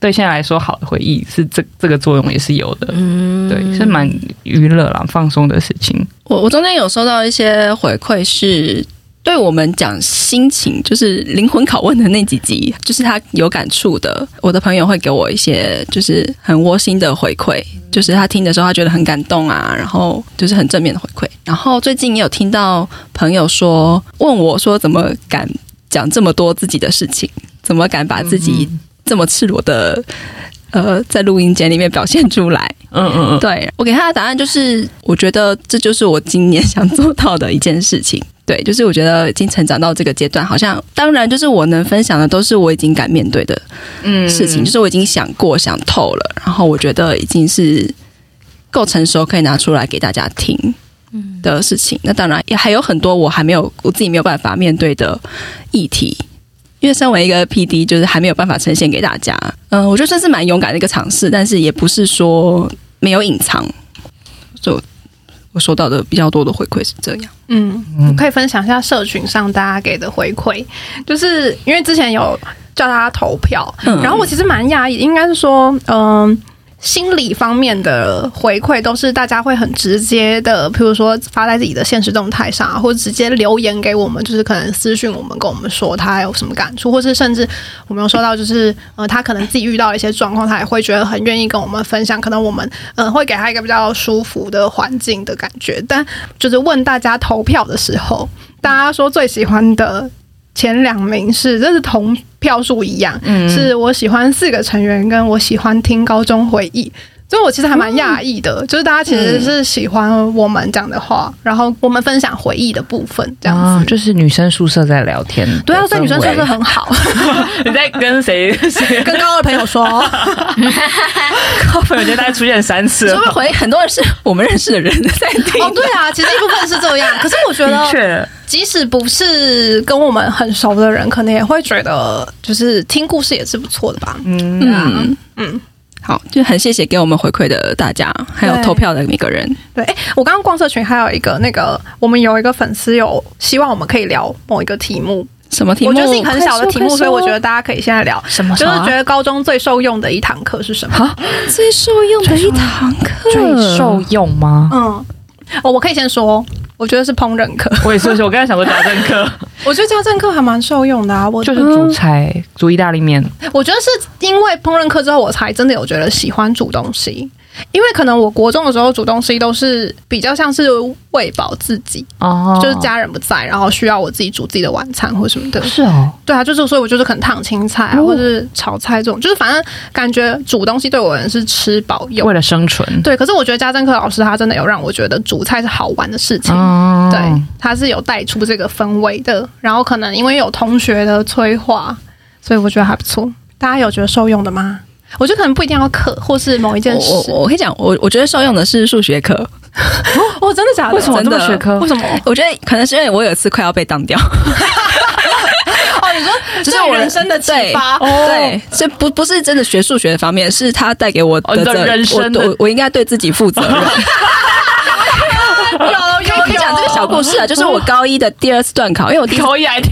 B: 对现在来说，好的回忆是这这个作用也是有的，
C: 嗯，
B: 对，是蛮娱乐啦、放松的事情。
A: 我我中间有收到一些回馈是。对我们讲心情，就是灵魂拷问的那几集，就是他有感触的。我的朋友会给我一些，就是很窝心的回馈，就是他听的时候他觉得很感动啊，然后就是很正面的回馈。然后最近也有听到朋友说，问我说怎么敢讲这么多自己的事情，怎么敢把自己这么赤裸的，呃，在录音间里面表现出来。
B: 嗯嗯嗯，
A: 对我给他的答案就是，我觉得这就是我今年想做到的一件事情。 对，就是我觉得已经成长到这个阶段，好像当然就是我能分享的都是我已经敢面对的
B: 嗯
A: 事情，就是我已经想过、想透了，然后我觉得已经是够成熟，可以拿出来给大家听的事情。那当然也还有很多我还没有我自己没有办法面对的议题，因为身为一个 P D，就是还没有办法呈现给大家。嗯、我觉得算是蛮勇敢的一个尝试，但是也不是说没有隐藏。就我收到的比较多的回馈是这样，
D: 嗯，我可以分享一下社群上大家给的回馈，就是因为之前有叫大家投票，
A: 嗯
D: 然后我其实蛮讶异，应该是说，嗯、心理方面的回馈，都是大家会很直接的，比如说发在自己的现实动态上啊，或者直接留言给我们，就是可能私讯我们，跟我们说他有什么感触，或是甚至我们有收到，就是呃，他可能自己遇到了一些状况，他也会觉得很愿意跟我们分享，可能我们呃会给他一个比较舒服的环境的感觉。但就是问大家投票的时候，大家说最喜欢的前两名是，这是同票数一样，
B: 嗯
D: 是我喜欢四个成员，跟我喜欢听高中回忆。所以我其实还蛮讶异的，就是大家其实是喜欢我们讲的话，然后我们分享回忆的部分这样子。
B: 啊，就是女生宿舍在聊天的氛围。
D: 对啊，所以女生是不是很 好？
B: 你在跟 谁？谁
D: 跟高二朋友 说，
B: 高朋友圈大概出现三次
A: 说
B: 了
A: 不定回很多人是我们认识的人在听。
D: 哦，对啊，其实一部分是这样。 可是我觉
B: 的
D: 得，
B: 确，
D: 即使不是跟我们很熟的人，可能也会觉得，就是听故事也是不错的吧。
B: 嗯，
A: 嗯
D: 嗯
A: 嗯，好，就很谢谢给我们回馈的大家，还有
D: 对
A: 投票的每个人。
D: 对，诶我刚刚逛社群还有一个那个，我们有一个粉丝有希望我们可以聊某一个题目，啊
A: 什么题目？
D: 我觉得是一个很小的题目，
A: 快说
D: 所以我觉得大家可以现在聊。
B: 什么
D: 就是觉得高中最受用的一堂课是什么？
A: 快说最受用的一堂课，
B: 最受用吗？
D: 嗯，哦，我可以先说，我觉得是烹饪课。
B: 我也是，我刚才想说家政 课，
D: 我觉得家政课还蛮受用的啊。我
B: 就是煮菜、煮意大利面，
D: 我觉得是因为烹饪课之后，我才真的有觉得喜欢煮东西。因为可能我国中的时候煮东西都是比较像是喂饱自己，
B: 哦，
D: 就是家人不在，然后需要我自己煮自己的晚餐或什么的。
B: 是哦，
D: 对啊，就是所以我就是可能烫青菜啊，
B: 哦
D: 或者是炒菜这种，就是反正感觉煮东西对我而言是吃饱用
B: 为。了生存，
D: 对，可是我觉得家政课老师他真的有让我觉得煮菜是好玩的事情。
B: 嗯
D: 对，他是有带出这个氛围的，然后可能因为有同学的催化，所以我觉得还不错。大家有觉得受用的吗？我觉得可能不一定要课，或是某一件事。
A: 我我我可以讲，我我觉得受用的是数学课。
D: 哦，真的假的？
B: 为什么
A: 真
B: 这
A: 的
B: 么学科
D: 为？什么？
A: 我觉得可能是因为我有一次快要被当掉，
D: 哦，你说
A: 就
D: 这
A: 是
D: 是
A: 我
D: 人生的启
A: 对
D: 发。
A: 对，这不不是真的学数学的方面，是他带给我的
B: 哦你的
A: 责
B: 人生的
A: 我我我应该对自己负 责任。
D: 有有
A: 可以讲这个小故事啊，就是我高一的第二次段考，因为我第一次
B: 高一来的，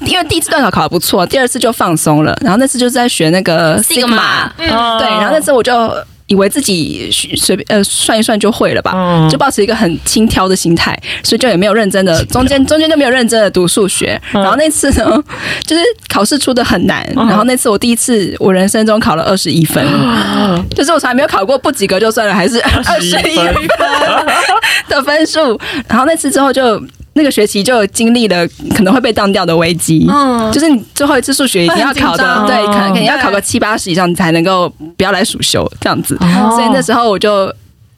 A: 因为第一次段考考的不错，第二次就放松了，然后那次就是在学那个 sigma，
C: Sigma
A: 对，然后那次我就以为自己随随便呃算一算就会了吧，
B: 嗯
A: 就抱持一个很轻佻的心态，所以就也没有认真的，中间中间就没有认真的读数学。然后那次呢， 就是考试出的很难，
B: 嗯
A: 然后那次我第一次我人生中考了二十一分，就是我从来没有考过不及格就算了，还是嗯二十一分的分数。然后那次之后就。那个学期就经历了可能会被当掉的危机，
D: 嗯
A: 就是你最后一次数学一定要考
D: 会
A: 的，
D: 很紧张
A: 对，可能肯定要考
D: 对
A: 个七八十以上，你才能够不要来暑修这样子。
B: 哦
A: 所以那时候我就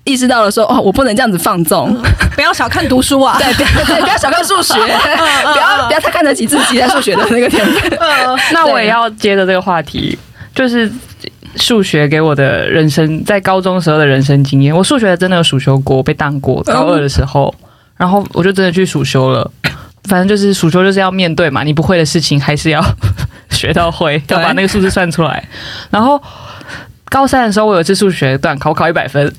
A: 意识到了说，哦，我不能这样子放纵，
D: 不要小看读书啊。
A: 对，不要对，不要小看数学，不要不要太看得起自己在数学的那个天分。
D: 呃
B: 那我也要接着这个话题，就是数学给我的人生，在高中时候的人生经验。我数学真的有暑修过，被当过。高
A: 嗯
B: 二的时候，然后我就真的去暑修了。反正就是暑修就是要面对嘛，你不会的事情还是要 学到会，
A: 对
B: 要把那个数字算出来。然后高三的时候，我有一次数学段考，我考一百分，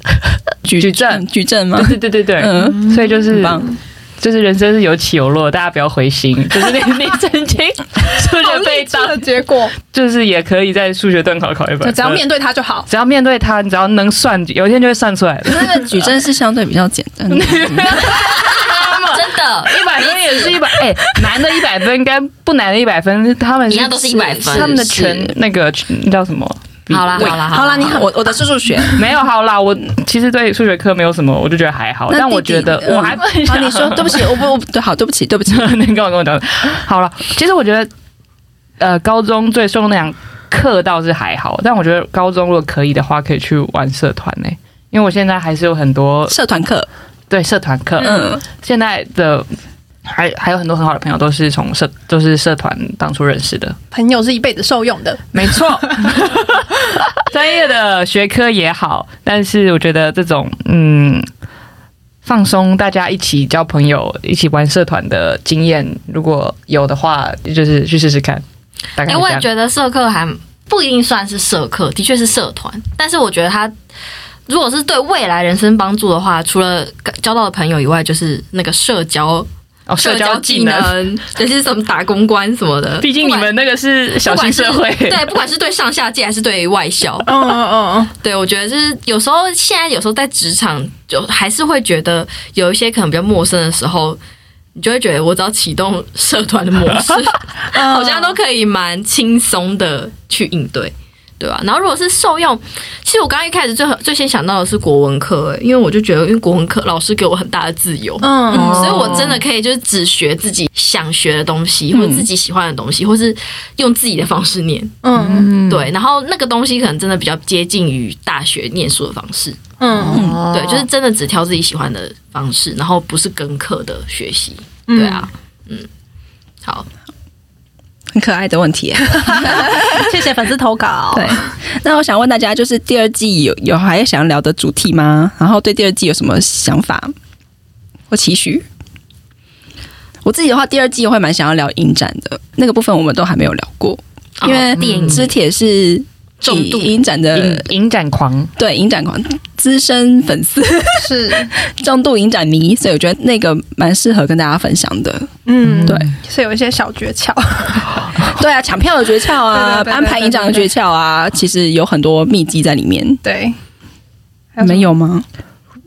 A: 举
B: 举证
A: 举证吗
B: 对？对对对对，
A: 嗯，
B: 所以就是
A: 很棒。
B: 就是人生是有起有落，大家不要灰心。就是你你曾经 数学被
D: 好励
B: 当
D: 志的，结果，
B: 就是也可以在数学段考考一百
D: 就
B: 分，
D: 只要面对它就好。
B: 只要面对它，你只要能算，有一天就会算出来的。
A: 那个举证是相对比较简单的，
C: 真的，
B: 一百分也是一百，哎，难的一百分跟不难的一百分，他们
C: 一样都是100分
B: 他们的全
A: 是
B: 那个全叫什么？
C: 好啦好啦
A: 好啦，你看我我的是数学，
B: 没有好啦，我其实对数学课没有什么，我就觉得还好，
A: 那
B: 但我
A: 弟弟
B: 觉得
A: 嗯
B: 我 还不很
A: 好，
B: 想。
A: 你说对不起，我不我不对，好，对不起，对不起，
B: 你跟我跟我讲。好了，其实我觉得，呃，高中最受那样课倒是还好，但我觉得高中如果可以的话，可以去玩社团呢、因为我现在还是有很多
A: 社团课，
B: 对社团课，
A: 嗯，
B: 现在的还还有很多很好的朋友都是从社都是社团当初认识的，
D: 朋友是一辈子受用的。
B: 没错， 专业的学科也好，但是我觉得这种嗯放松，大家一起交朋友、一起玩社团的经验，如果有的话，就是去试试看。大概
C: 哎、
B: 是
C: 我
B: 这
C: 也
B: 样。
C: 觉得社课还不一定算是社课，的确是社团，但是我觉得它如果是对未来人生帮助的话，除了交到的朋友以外，就是那个社交
B: 哦，社
C: 交
B: 交技能。
C: 能，尤其是什么打公关什么的。
B: 毕竟
C: 不
B: 你
C: 管
B: 们那个是小型社会，
C: 不管是对，不管是对上下界还是对外校，
D: 嗯嗯嗯
C: 对我觉得就是有时候现在有时候在职场就还是会觉得有一些可能比较陌生的时候。你就会觉得，我只要启动社团的模式，
D: 嗯，
C: 好像都可以蛮轻松的去应对，对吧、然后如果是受用，其实我刚刚一开始最最先想到的是国文课、欸因为我就觉得，因为国文课老师给我很大的自由，
D: 嗯
C: 嗯，
D: 嗯
C: 所以我真的可以就是只学自己想学的东西，或者自己喜欢的东西，或是用自己的方式念。
D: 嗯
B: 嗯，
C: 对，然后那个东西可能真的比较接近于大学念书的方式，
D: 嗯
B: 哦
C: 对，就是真的只挑自己喜欢的方式，然后不是跟课的学习，
D: 嗯
C: 对啊，嗯，好，
A: 很可爱的问 题耶。
D: 谢谢粉丝投稿。
A: 对，那我想问大家，就是第二季有有还想聊的主题吗？然后对第二季有什么想法或期许？我自己的话，第二季会蛮想要聊影展的那个部分，我们都还没有聊过，因为
C: 哦
D: 嗯
C: 电影
A: 之铁是
C: 重度
A: 以影展的
B: 影影展狂，
A: 对影展狂资深粉丝，
D: 是，
A: 重度影展迷，所以我觉得那个蛮适合跟大家分享的。
D: 嗯，
A: 对
D: 是有一些小诀窍。
A: 对啊，抢票的诀窍啊，
D: 对对对对
A: 安排影展的诀窍啊，其实有很多秘籍在里面。
D: 对，
A: 你们有吗？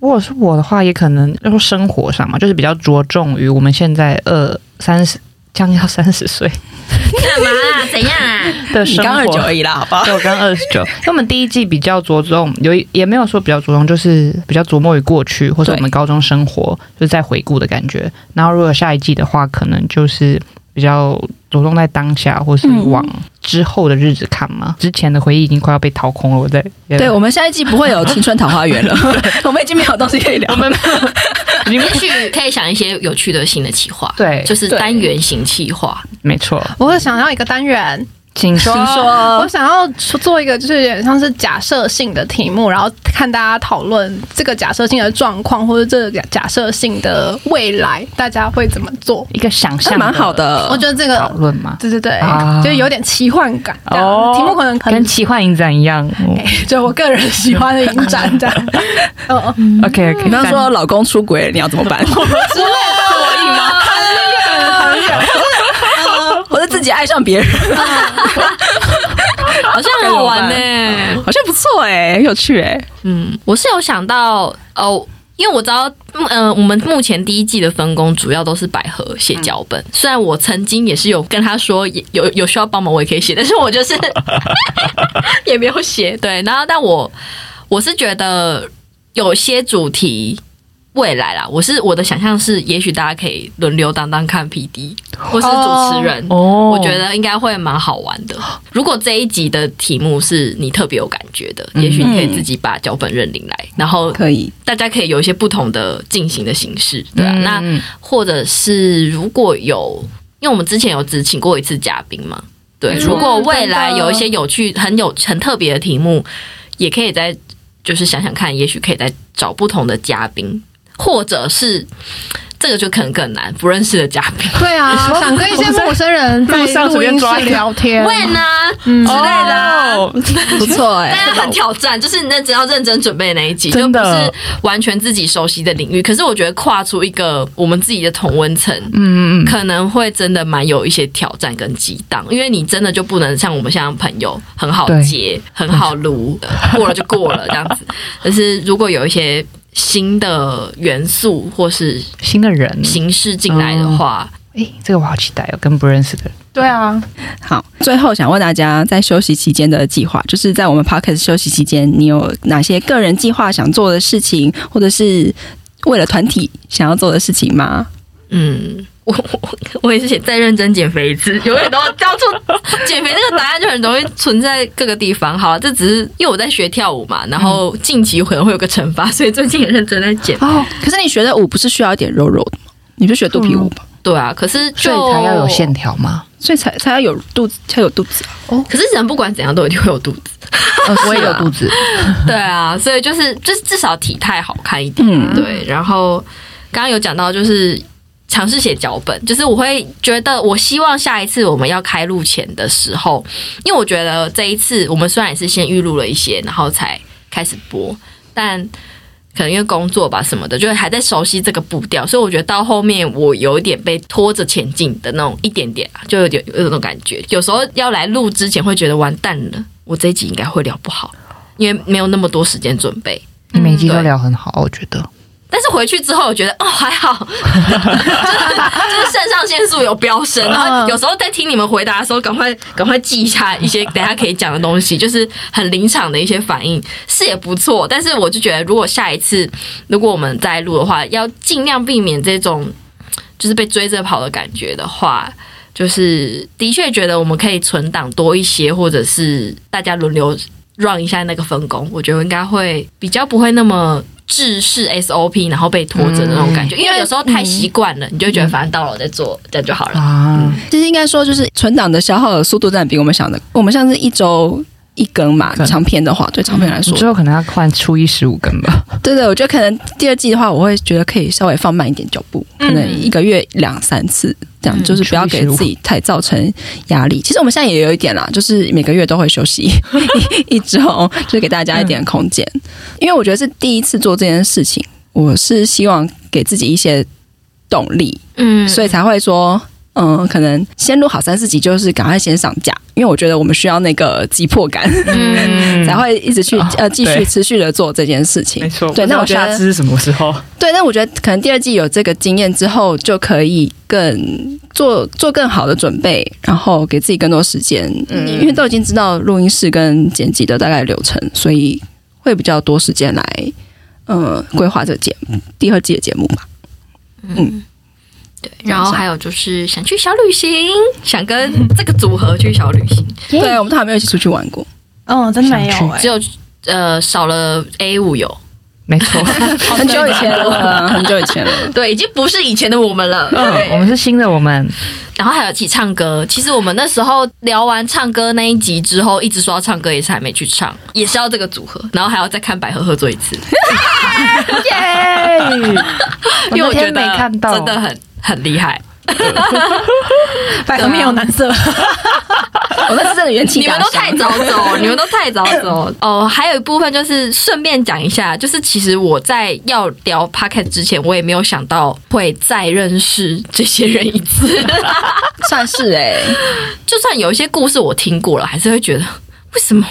B: 如果是我的话，也可能要说生活上嘛，就是比较着重于我们现在二三十将要三十岁
C: 干嘛啦？怎样啊？
B: 的
A: 你
B: 生
A: 刚二九
B: 活。
A: 而已啦，好不好？
B: 对，我刚二十九。因为我们第一季比较着重，有一也没有说比较着重，就是比较琢磨于过去，或者
A: 对
B: 我们高中生活，就是在回顾的感觉。然后如果下一季的话，可能就是比较着重在当下，或是
A: 嗯
B: 往之后的日子看嘛。之前的回忆已经快要被掏空了，我在
A: 对，我们下一季不会有青春桃花源 了，我们已经没有东西可以聊
B: 我。们已经
C: 也许可以想一些有趣的新的企划，
B: 对
C: 就是
A: 对
C: 单元型企划，
B: 没错，
D: 我想要一个单元，
B: 请说。
A: 请
D: 我
A: 说，
D: 想要做一个就是有点像是假设性的题目，然后看大家讨论这个假设性的状况，或者这个假假设性的未来，大家会怎么做？
B: 一个想
A: 这
B: 象
A: 蛮好的。
D: 我觉得这
B: 讨
D: 个，
B: 论嘛，
D: 对对对，
B: 啊
D: 就是有点奇幻感。这样
B: 哦
D: 题目可能
B: 跟
D: 很，
B: 奇幻影展一样。 哦
D: 就我个人喜欢的影展这样。嗯，嗯
B: OK OK，
A: 你刚刚说老公出轨了，你要怎么 办？
D: 之类的，我影吗？很远很远，
A: 我是自己爱上别人，
C: 好像很好玩欸呢、
A: 好像不错哎，很有趣哎。
C: 嗯，我是有想到哦，因为我知道，嗯、呃，我们目前第一季的分工主要都是百合写脚本，虽然我曾经也是有跟他说也有有需要帮忙我也可以写，但是我就是 也没有写。对，然后但我我是觉得有些主题。未来啦，我是我的想象是，也许大家可以轮流当当看 P D 或是主持人
B: 哦
C: 我觉得应该会蛮好玩的。如果这一集的题目是你特别有感觉的，
B: 嗯
C: 也许你可以自己把脚本认领来，然后
A: 可以，
C: 大家可以有一些不同的进行的形式，对啊。
B: 嗯
C: 那或者是如果有，因为我们之前有只请过一次嘉宾嘛，对。
B: 嗯
A: 没错
C: 如果未来
D: 真的
C: 有一些有趣、很有很特别的题目，也可以再就是想想看，也许可以再找不同的嘉宾，或者是这个就可能更难，不认识的嘉宾。
D: 对啊，想跟一些陌生人在
B: 路上随
D: 录
B: 便
D: 音
B: 抓
D: 室
B: 一个
D: 聊天，
C: 问啊，
D: 嗯
C: 之类的啊
B: 哦
A: 不错哎
C: 大。家很挑战，就是你认真要认真准备那一集，就
B: 真
C: 不
B: 的
C: 是完全自己熟悉的领域。可是我觉得跨出一个我们自己的同温层，
B: 嗯嗯嗯，
C: 可能会真的蛮有一些挑战跟激荡，因为你真的就不能像我们现在朋友很好
B: 对
C: 接、很好撸，过了就过了这样 子。但是如果有一些新的元素或是
B: 新的人，
C: 形式进来的话，
B: 诶，这个我好期待哦，跟不认识的人。
D: 对啊，
A: 好，最后想问大家，在休息期间的计划，就是在我们 p o c k e t 休息期间，你有哪些个人计划想做的事情，或者是为了团体想要做的事情吗？
C: 嗯，我我 我也是想再认真减肥一次， 永远都要到处减肥这个答案就很容易存在各个地方。好，这只是因为我在学跳舞嘛，然后
B: 嗯
C: 近期可能会有个惩罚，所以最近也认真在减。
A: 哦，可是你学的舞不是需要一点柔柔的吗？你就学肚皮舞吧，
C: 对啊，可是就
B: 所以才要有线条嘛。
A: 嗯所以才才要有肚子，才有肚子啊。
B: 哦
C: 可是人不管怎样都一定会有肚子，
A: 呃
B: 我也有肚子，
C: 对啊，所以就是就是至少体态好看一点。
A: 嗯，
C: 啊对，然后刚刚有讲到就是尝试写脚本，就是我会觉得，我希望下一次我们要开录前的时候，因为我觉呃得这一次我们虽然也是先预录了一些，然后才开始播，但可能因为工作吧什么的，就是还在熟悉这个步调，所以我觉得到后面我有一点被拖着前进的那种一点点啊，就有点有那种感觉。有时候要来录之前会觉得完蛋了，我这一集应该会聊不好，因为没有那么多时间准备。
B: 你每集都聊很好，我觉得。
C: 但是回去之后，我觉得哦还好，就是就是肾上腺素有飙升，然后有时候在听你们回答的时候，赶快赶快记一下一些等一下可以讲的东西，就是很临场的一些反应是也不错。但是我就觉得，如果下一次如果我们再录的话，要尽量避免这种就是被追着跑的感觉的话。就是的确觉得我们可以存档多一些，或者是大家轮流 run 一下那个分工，我觉得应该会比较不会那么制式 SOP，然后被拖着的那种感觉，因为有时候太习惯了，你就觉得反正到了我再做，这样就好了。
B: 啊，
A: 其实应该说，就是存档的消耗的速度真的比我们想的，我们像是一周一更嘛，
B: 对
A: 长篇的话，对长篇来说，
B: 之后可能要换初一十五更吧。
A: 对对，我觉得可能第二季的话，我会觉得可以稍微放慢一点脚步，可能一个月两三次这样，
C: 嗯
A: 就是不要给自己太造成压力。其实我们现在也有一点啦，就是每个月都会休 息一一周，就是给大家一点空间，因为我觉得是第一次做这件事情，我是希望给自己一些动力，
C: 嗯
A: 所以才会说。嗯，可能先录好三四集，就是赶快先上架，因为我觉得我们需要那个急迫感，
B: 嗯
A: 才会一直去、
B: 啊
A: 呃继续
B: 对
A: 持续的做这件事情。对，
B: 不知
A: 那
B: 道
A: 我觉得
B: 下次是什么时候？
A: 对，那我觉得可能第二季有这个经验之后，就可以更做做更好的准备，然后给自己更多时间，
C: 嗯
A: 因为都已经知道录音室跟剪辑的大概流程，所以会比较多时间来呃规划这个节目第二季的节目吧。
C: 对，然后还有就是想去小旅行，想跟这个组合去小旅行，
D: 耶
A: 对，我们都还没有一起出去玩过。
D: 嗯，真没有哎、
C: 只有呃少了 A 五有，
B: 没错，
A: 很久以前了，很久以 前了。
C: 对，已经不是以前的我们了。
B: 嗯，我们是新的我们，
C: 然后还有一起唱歌。其实我们那时候聊完唱歌那一集之后，一直说要唱歌，也是还没去唱，也是要这个组合，然后还要再看百合合作一次，
B: 耶！
C: 因为我觉得
B: 没看到，
C: 真的很很厉害。
D: 百合面有难色，
A: 我那是真的元气
C: 你
A: 大
C: 们
A: 伤。
C: 都太早走，你们都太早走。哦，还有一部分就是顺便讲一下，就是其实我在要聊 p o c a s t 之前，我也没有想到会再认识这些人一次。
A: 算是哎、
C: 就算有一些故事我听过了，还是会觉得为什么，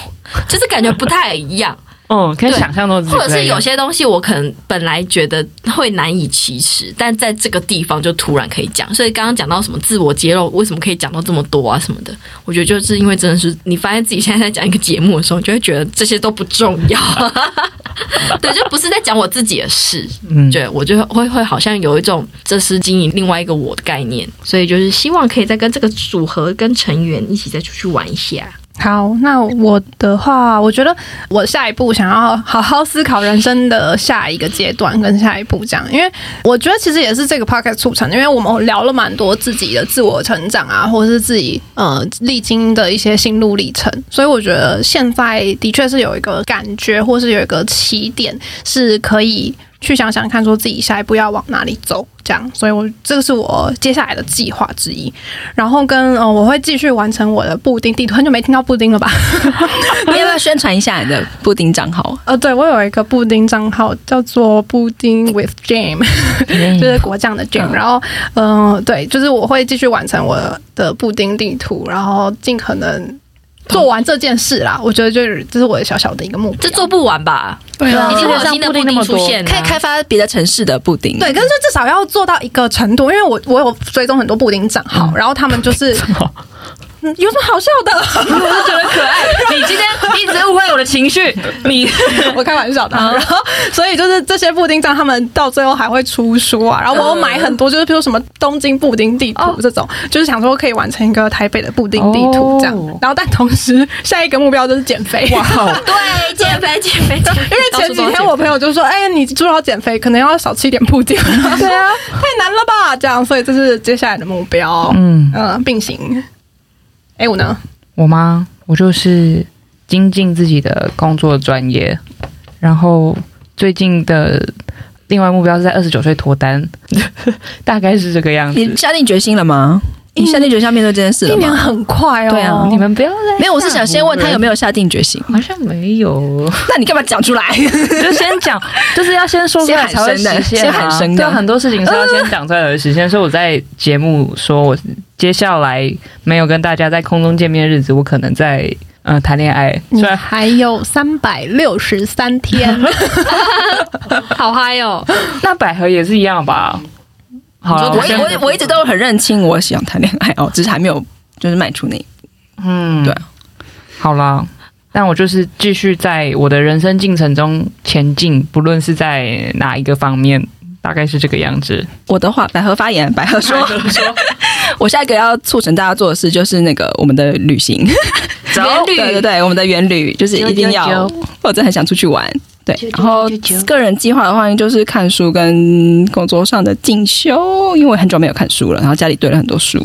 C: 就是感觉不太一样。
B: 嗯，可以
C: 对
B: 想象到自己
C: 或者是
B: 在
C: 有些东西我可能本来觉得会难以启齿，但在这个地方就突然可以讲。所以刚刚讲到什么自我揭露，为什么可以讲到这么多啊什么的，我觉得就是因为真的是你发现自己现在在讲一个节目的时候，你就会觉得这些都不重 要，对，就不是在讲我自己的事。
B: 嗯，
C: 对，我就会会好像有一种这是经营另外一个我的概念，所以就是希望可以再跟这个组合跟成员一起再出去玩一下。
D: 好，那我的话，我觉得我下一步想要好好思考人生的下一个阶段跟下一步这样，因为我觉得其实也是这个 p o c a s t 促成的，因为我们聊了蛮多自己的自我成长啊，或者是自己呃历经的一些心路历程，所以我觉得现在的确是有一个感觉，或是有一个起点，是可以去想想看，说自己下一步要往哪里走。这样，所以我这个是我接下来的计划之一。然后跟呃，我会继续完成我的布丁地图，很久没听到布丁了吧？
A: 你要不要宣传一下你的布丁账号？
D: 呃，对我有一个布丁账号叫做布丁 with Jam，就是
B: 嗯
C: 嗯
D: 果酱的 Jam、然后嗯、呃对，就是我会继续完成我的布丁地图，然后尽可能。做完这件事啦，我觉得就是这是我的小小的一个目标。
C: 嗯这做不完 吧？
D: 对
C: 已经会
B: 世界
C: 哎有
B: 上
C: 新的
B: 不
C: 布
B: 定那
C: 丁
B: 么
C: 出
B: 多
C: 现了，
A: 可以开发别的城市的布丁。
D: 对，，但是至少要做到一个程度，因为我我有追踪很多布丁账号，然后他 们就是、嗯有什么好笑的？
B: 我就觉得可爱。你今天你一直误会我的情绪，你
D: 我开玩笑的啊。然后，所以就是这些布丁账，他们到最后还会出书啊。然后我有买很多，就是比如什么东京布丁地图这种，就是想说可以完成一个台北的布丁地图这样。
B: 哦
D: 然后，但同时下一个目标就是减肥。
B: 哇，
C: 对，减肥减肥减肥，
D: 因为前几天我朋友就说：“哎、你做到减肥，可能要少吃一点布丁。”对啊， 太难了吧？这样，所以这是接下来的目标。嗯
B: 嗯，
D: 并行。哎、我呢？
B: 我吗？我就是精进自己的工作专业，然后最近的 另外目标是在二十九岁脱单，大概是这个样 子。
A: 你下定决心了吗？你下定决心要面对这件事
D: 嗯一
A: 了
D: 年
A: 吗？
D: 很快哦。
A: 对啊
B: 你们不要再
A: 没有，我是想先问他有没
B: 有，
A: 有下定决心。
B: 好像没有，
A: 那你干嘛讲出来？
B: 就先讲，就是要先说出来才会实现
A: 先喊
B: 啊。
A: 声的先喊声的
B: 对啊，很多事情是要先讲出来才会实现。所以我在节目说，我接下来没有跟大家在空中见面的日子，我可能在呃谈恋爱，
A: 嗯
B: 虽
D: 你
B: 然
D: 还有三百六十三 天，
C: 好嗨哦！
B: 那百合也是一样吧。好啦，
A: 我
B: 我先
A: 我我一直都很认清我想谈恋爱哦，只是还没有就是迈出那一步。
B: 嗯，
A: 对，
B: 好啦，但我就是继续在我的人生进程中前进，不论是在哪一个方面，大概是这个样子。
A: 我的话，百合发言，百合说， 我下一个要促成大家做的事就是那个我们的旅行，
B: 走
A: 远旅，对对对，我们的远旅就是一定
B: 啾
A: 要
B: 啾，
A: 我真的很想出去玩。对，然后
B: 啾啾啾
A: 个人计划的话，就是看书跟工作上的进修，因为我很久没有看书了，然后家里堆了很多书，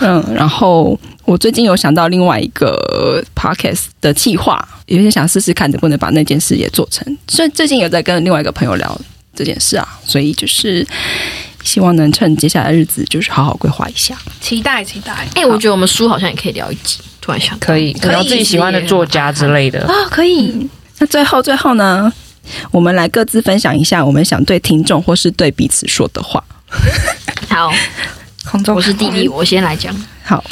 A: 嗯，然后我最近有想到另外一个 podcast 的计划，有点想试试看能不能把那件事也做成，所以最近有在跟另外一个朋友聊这件事啊，所以就是希望能趁接下来的日子，就是好好规划一下。
D: 期待期待
C: 哎、我觉得我们书好像也可以聊一集，突然想到
B: 可以，
C: 可以
B: 聊自己喜欢的作家之类的。
D: 啊，可以
A: 那最后最后呢，我们来各自分享一下我们想对听众或是对彼此说的话。
C: 好，
B: 空中
C: 我是弟弟，我先来讲。
A: 好，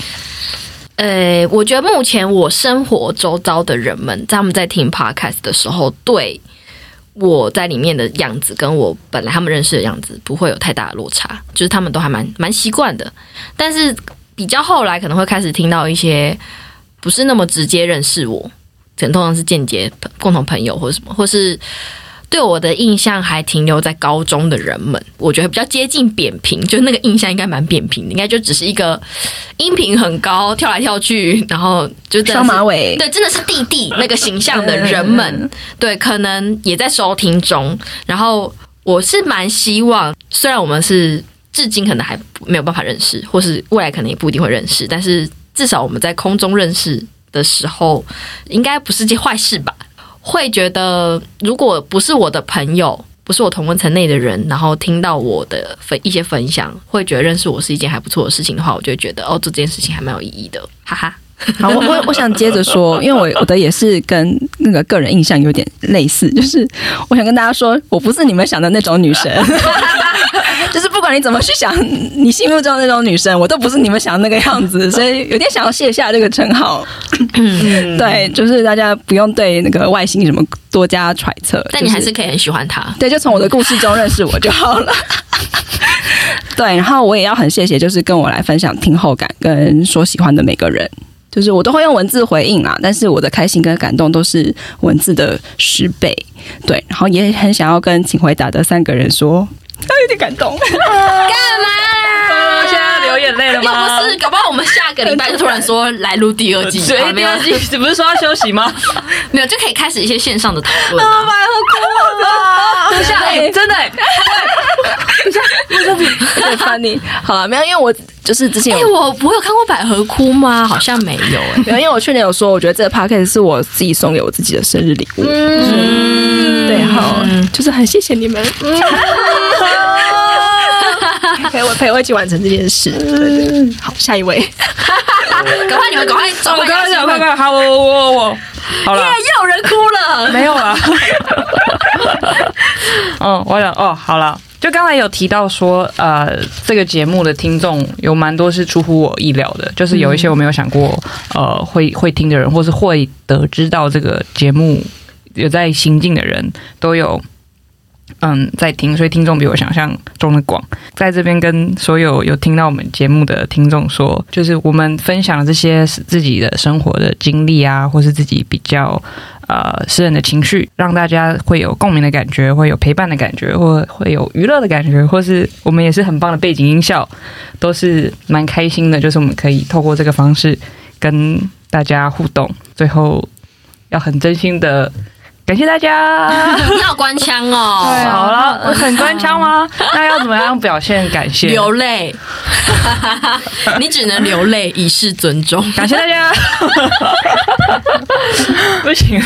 C: 呃，我觉得目前我生活周遭的人们，在他们在听 podcast 的时候，对我在里面的样子，跟我本来他们认识的样子，不会有太大的落差，就是他们都还蛮蛮习惯的。但是比较后来，可能会开始听到一些不是那么直接认识我，可能通常是间接共同朋友或者什么，或是对我的印象还停留在高中的人们，我觉得比较接近扁平，就那个印象应该蛮扁平的，应该就只是一个音频很高，跳来跳去，然后就真的
A: 双
C: 是
A: 马尾，
C: 对，真的是弟弟那个形象的人们，嗯对，可能也在收听中。然后我是蛮希望，虽然我们是至今可能还没有办法认识，或是未来可能也不一定会认识，但是至少我们在空中认识的时候，应该不是件坏事吧？会觉得如果不是我的朋友。不是我同温层内的人，然后听到我的分一些分享，会觉得认识我是一件还不错的事情的话，我就会觉得哦，做这件事情还蛮有意义的，哈哈。
A: 好，我我我想接着说，因为我我的也是跟那个个人印象有点类似，就是我想跟大家说，我不是你们想的那种女 神，就是不管你怎么去想你心目中的那种女神，我都不是你们想的那个样子，所以有点想要卸下这个称号。
C: 嗯
A: 对，就是大家不用对那个外形什么多加揣测，
C: 但你
A: 就
C: 还是可以很喜欢他。
A: 对，就从我的故事中认识我就好 了。对，然后我也要很谢谢，就是跟我来分享听后感跟说喜欢的每个人，就是我都会用文字回应啊啦，但是我的开心跟感动都是文字的十倍。对，然后也很想要跟请回答的三个人说，啊，有点感动。
B: 现在流眼泪了
C: 又不是，搞不好我们下个礼拜就突然说来录第二季，啊没有
B: 自己不是说要休息吗？
C: 没有就可以开始一些线上的讨论啊。
A: 等一下，哎，真的、欸，等一下，有点 funny。好啊了，没有，因为我就是之前
C: 哎，
A: 有
C: 我我有看过百合哭吗？好像没有 哎。
A: 没有，因为我去年有说，我觉得这个 p a c k a g e 是我自己送给我自己的生日礼物。
B: 嗯
A: 嗯对，好，就是很谢谢你们，
B: 嗯
A: 陪我陪我一起完成这件事。对对
B: 嗯
A: 对好，下一位，
C: 赶快你们赶快
B: 我
C: 走，
B: 刚 刚讲，
C: 耶
B: 快快，好，我我我，好了，
C: 又有人哭了。
B: 没有了。 嗯，我想哦，好了，就刚才有提到说，呃，这个节目的听众有蛮多是出乎我意料的，就是有一些我没有想过，呃，会会听的人，或是会得知到这个节目有在行进的人，都有。嗯，在听，所以听众比我想象中的广。在这边跟所有有听到我们节目的听众说，就是我们分享这些自己的生活的经历啊，或是自己比较呃诗人的情绪，让大家会有共鸣的感觉，会有陪伴的感觉，或会有娱乐的感觉，或是我们也是很棒的背景音效，都是蛮开心的。就是我们可以透过这个方式跟大家互动，最后要很真心的感谢大家。
C: 要关枪 哦，
B: 好了，我很官腔吗？那要怎么样表现感谢？
C: 流泪， 你只能流泪以示尊重。
B: 感谢大 家。不行，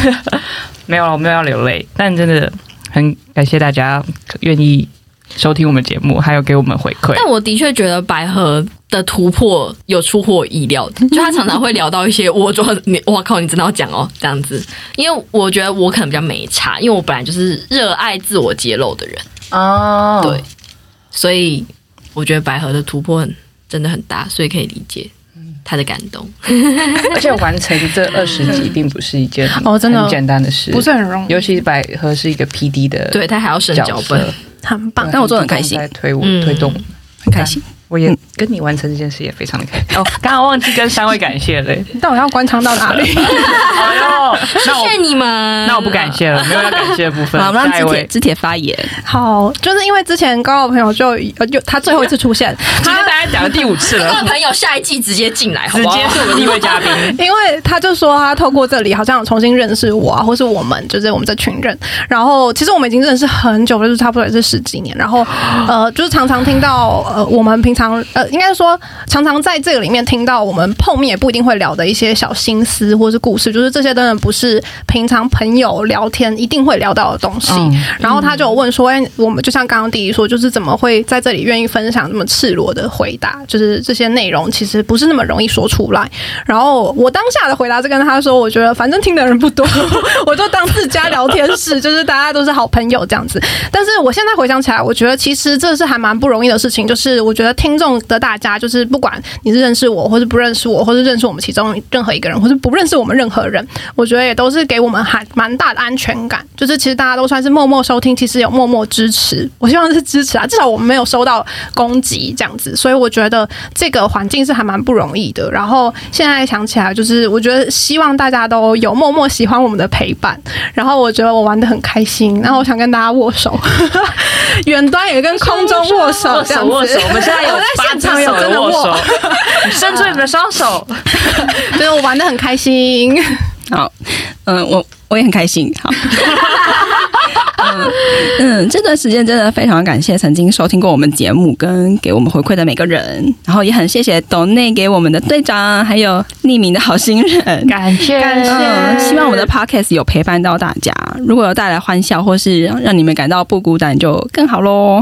B: 没有了，我没有要流泪，但真的很感谢大家愿意收听我们节目，还有给我们回馈。
C: 但我的确觉得百合的突破有出乎我意料的，就他常常会聊到一些我就你我靠，你真的要讲哦这样子，因为我觉得我可能比较没差，因为我本来就是热爱自我揭露的人，
E: 哦，
C: 对所以我觉得百合的突破很真的很大，所以可以理解他的感动。
B: 而且完成这二十集并不是一件很
D: 哦真的
B: 很简单的事，
D: 不是很容易
B: 尤，其百合是一个 P D 的
C: 对他还要审
B: 角
C: 脚
B: 色
C: 本，
D: 很棒。
A: 但我做得很开心
B: 在推我
C: 嗯
B: 推动，
A: 很开心。
B: 我也跟你完成这件事也非常的开心。哦，刚刚忘记跟三位感谢 了。
D: 到底要观察到哪里？
B: 哎呦，那我
C: 谢谢你
D: 嗯
C: 们。
B: 那我不感谢了，没有要感谢的 部分。
A: 好，我们
B: 下
A: 让
B: 一
A: 肢铁
B: 位，
A: 肢铁发言。
D: 好，就是因为之前高傲朋友就有呃就他最后一次出 现，
B: 今天大家讲了第五次
C: 各位
B: 了，
C: 朋友，下一季直接进来，好
B: 直
C: 不好
B: 接？是我们第一位嘉宾。
D: 因为他就说他透过这里好像有重新认识我啊，或是我们就是我们这群人。然后其实我们已经认识很久了，就是差不多也是十几年。然 后呃，就是常常听到呃，我们平常呃，应该说常常在这个里面听到我们碰面也不一定会聊的一些小心思或是故事，就是这些真的不是平常朋友聊天一定会聊到的东西。然后他就有问说：“哎、我们就像刚刚弟弟说，就是怎么会在这里愿意分享这么赤裸的回答？就是这些内容其实不是那么容易说出来。”然后我当下的回答是跟他说：“我觉得反正听的人不多， 我就当自家聊天室，就是大家都是好朋友这样子。”但是我现在回想起来，我觉得其实这是还蛮不容易的事情。就是我觉得听众的大家，就是不管你是认识我，或是不认识我，或是认识我们其中任何一个人，或是不认识我们任何人，我觉得也都是给我们还蛮大的安全感。就是其实大家都算是默默收听，其实有默默支持。我希望是支持啊，至少我们没有收到攻击这样子。所以我觉得这个环境是还蛮不容易的。然后现在想起来，就是我觉得希望大家都有默默喜欢我们的陪伴。然后我觉得我玩的很开心，然后我想跟大家握手， 远端也跟 空中握手
B: 握
D: 这样
B: 手
D: 子。
B: 握 手，我们现在有
D: 我在
B: 八
D: 现
B: 只
D: 场有
B: 手
D: 真的
B: 握
D: 握
B: 手， 伸出你们的双手。
D: 对我玩的很开心。
A: 好，嗯，我我也很开心。好。 嗯，嗯这段时间真的非常感谢曾经收听过我们节目跟给我们回馈的每个人，然后也很谢谢抖内给我们的队长，还有匿名的好心人。
B: 感谢
D: 感谢
A: 嗯，希望我的 podcast 有陪伴到大家，如果有带来欢笑或是让你们感到不孤单，就更好嗯喽。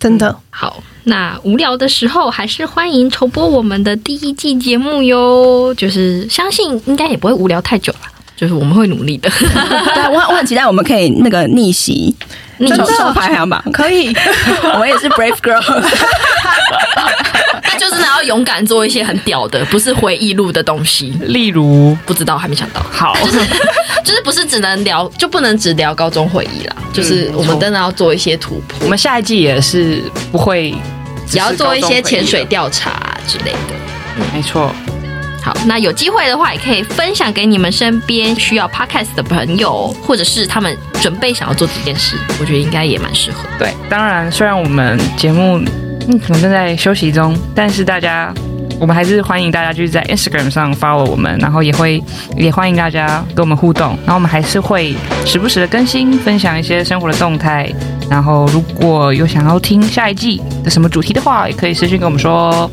D: 真的，
E: 好，那无聊的时候还是欢迎重播我们的第一季节目哟。就是相信应该也不会无聊太久吧。
C: 就是我们会努力 的。
A: 对，我我很期待我们可以那个逆袭，
E: 真
A: 首首排行榜。
D: 可以，
A: 我也是 brave girl，
C: 那就真的要勇敢做一些很屌的，不是回忆录的东西。
B: 例如，
C: 不知道，还没想 到，
B: 好，
C: 就是不是只能聊，就不能只聊高中回忆啦。就是我们真的要做一些突破，
B: 我们下一季也是不会，
C: 也要做一些潜水，调查、之类的。
B: 没错。
E: 好，那有机会的话，也可以分享给你们身边需要 podcast 的朋友，或者是他们准备想要做这件事，我觉得应该也蛮适合。
B: 对，当然，虽然我们节目嗯可能正在休息中，但是大家。我们还是欢迎大家就是在 Instagram 上 follow 我们，然后也会也欢迎大家跟我们互动，然后我们还是会时不时的更新，分享一些生活的动态。然后如果有想要听下一季的什么主题的话，也可以私信跟我们说哦。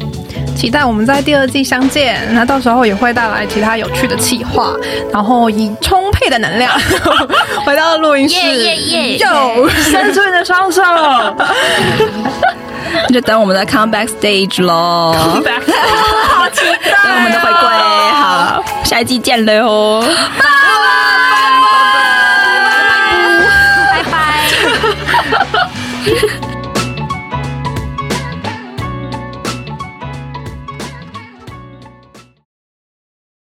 D: 期待我们在第二季相见。那到时候也会带来其他有趣的企划，然后以充沛的能量 回到录音室。
E: 耶耶耶
D: 哟
B: 伸出你的双手
A: 就等我们的 comeback stage 喽。
B: ，back
A: 啊等我们的回归，好，下一季见喽，拜。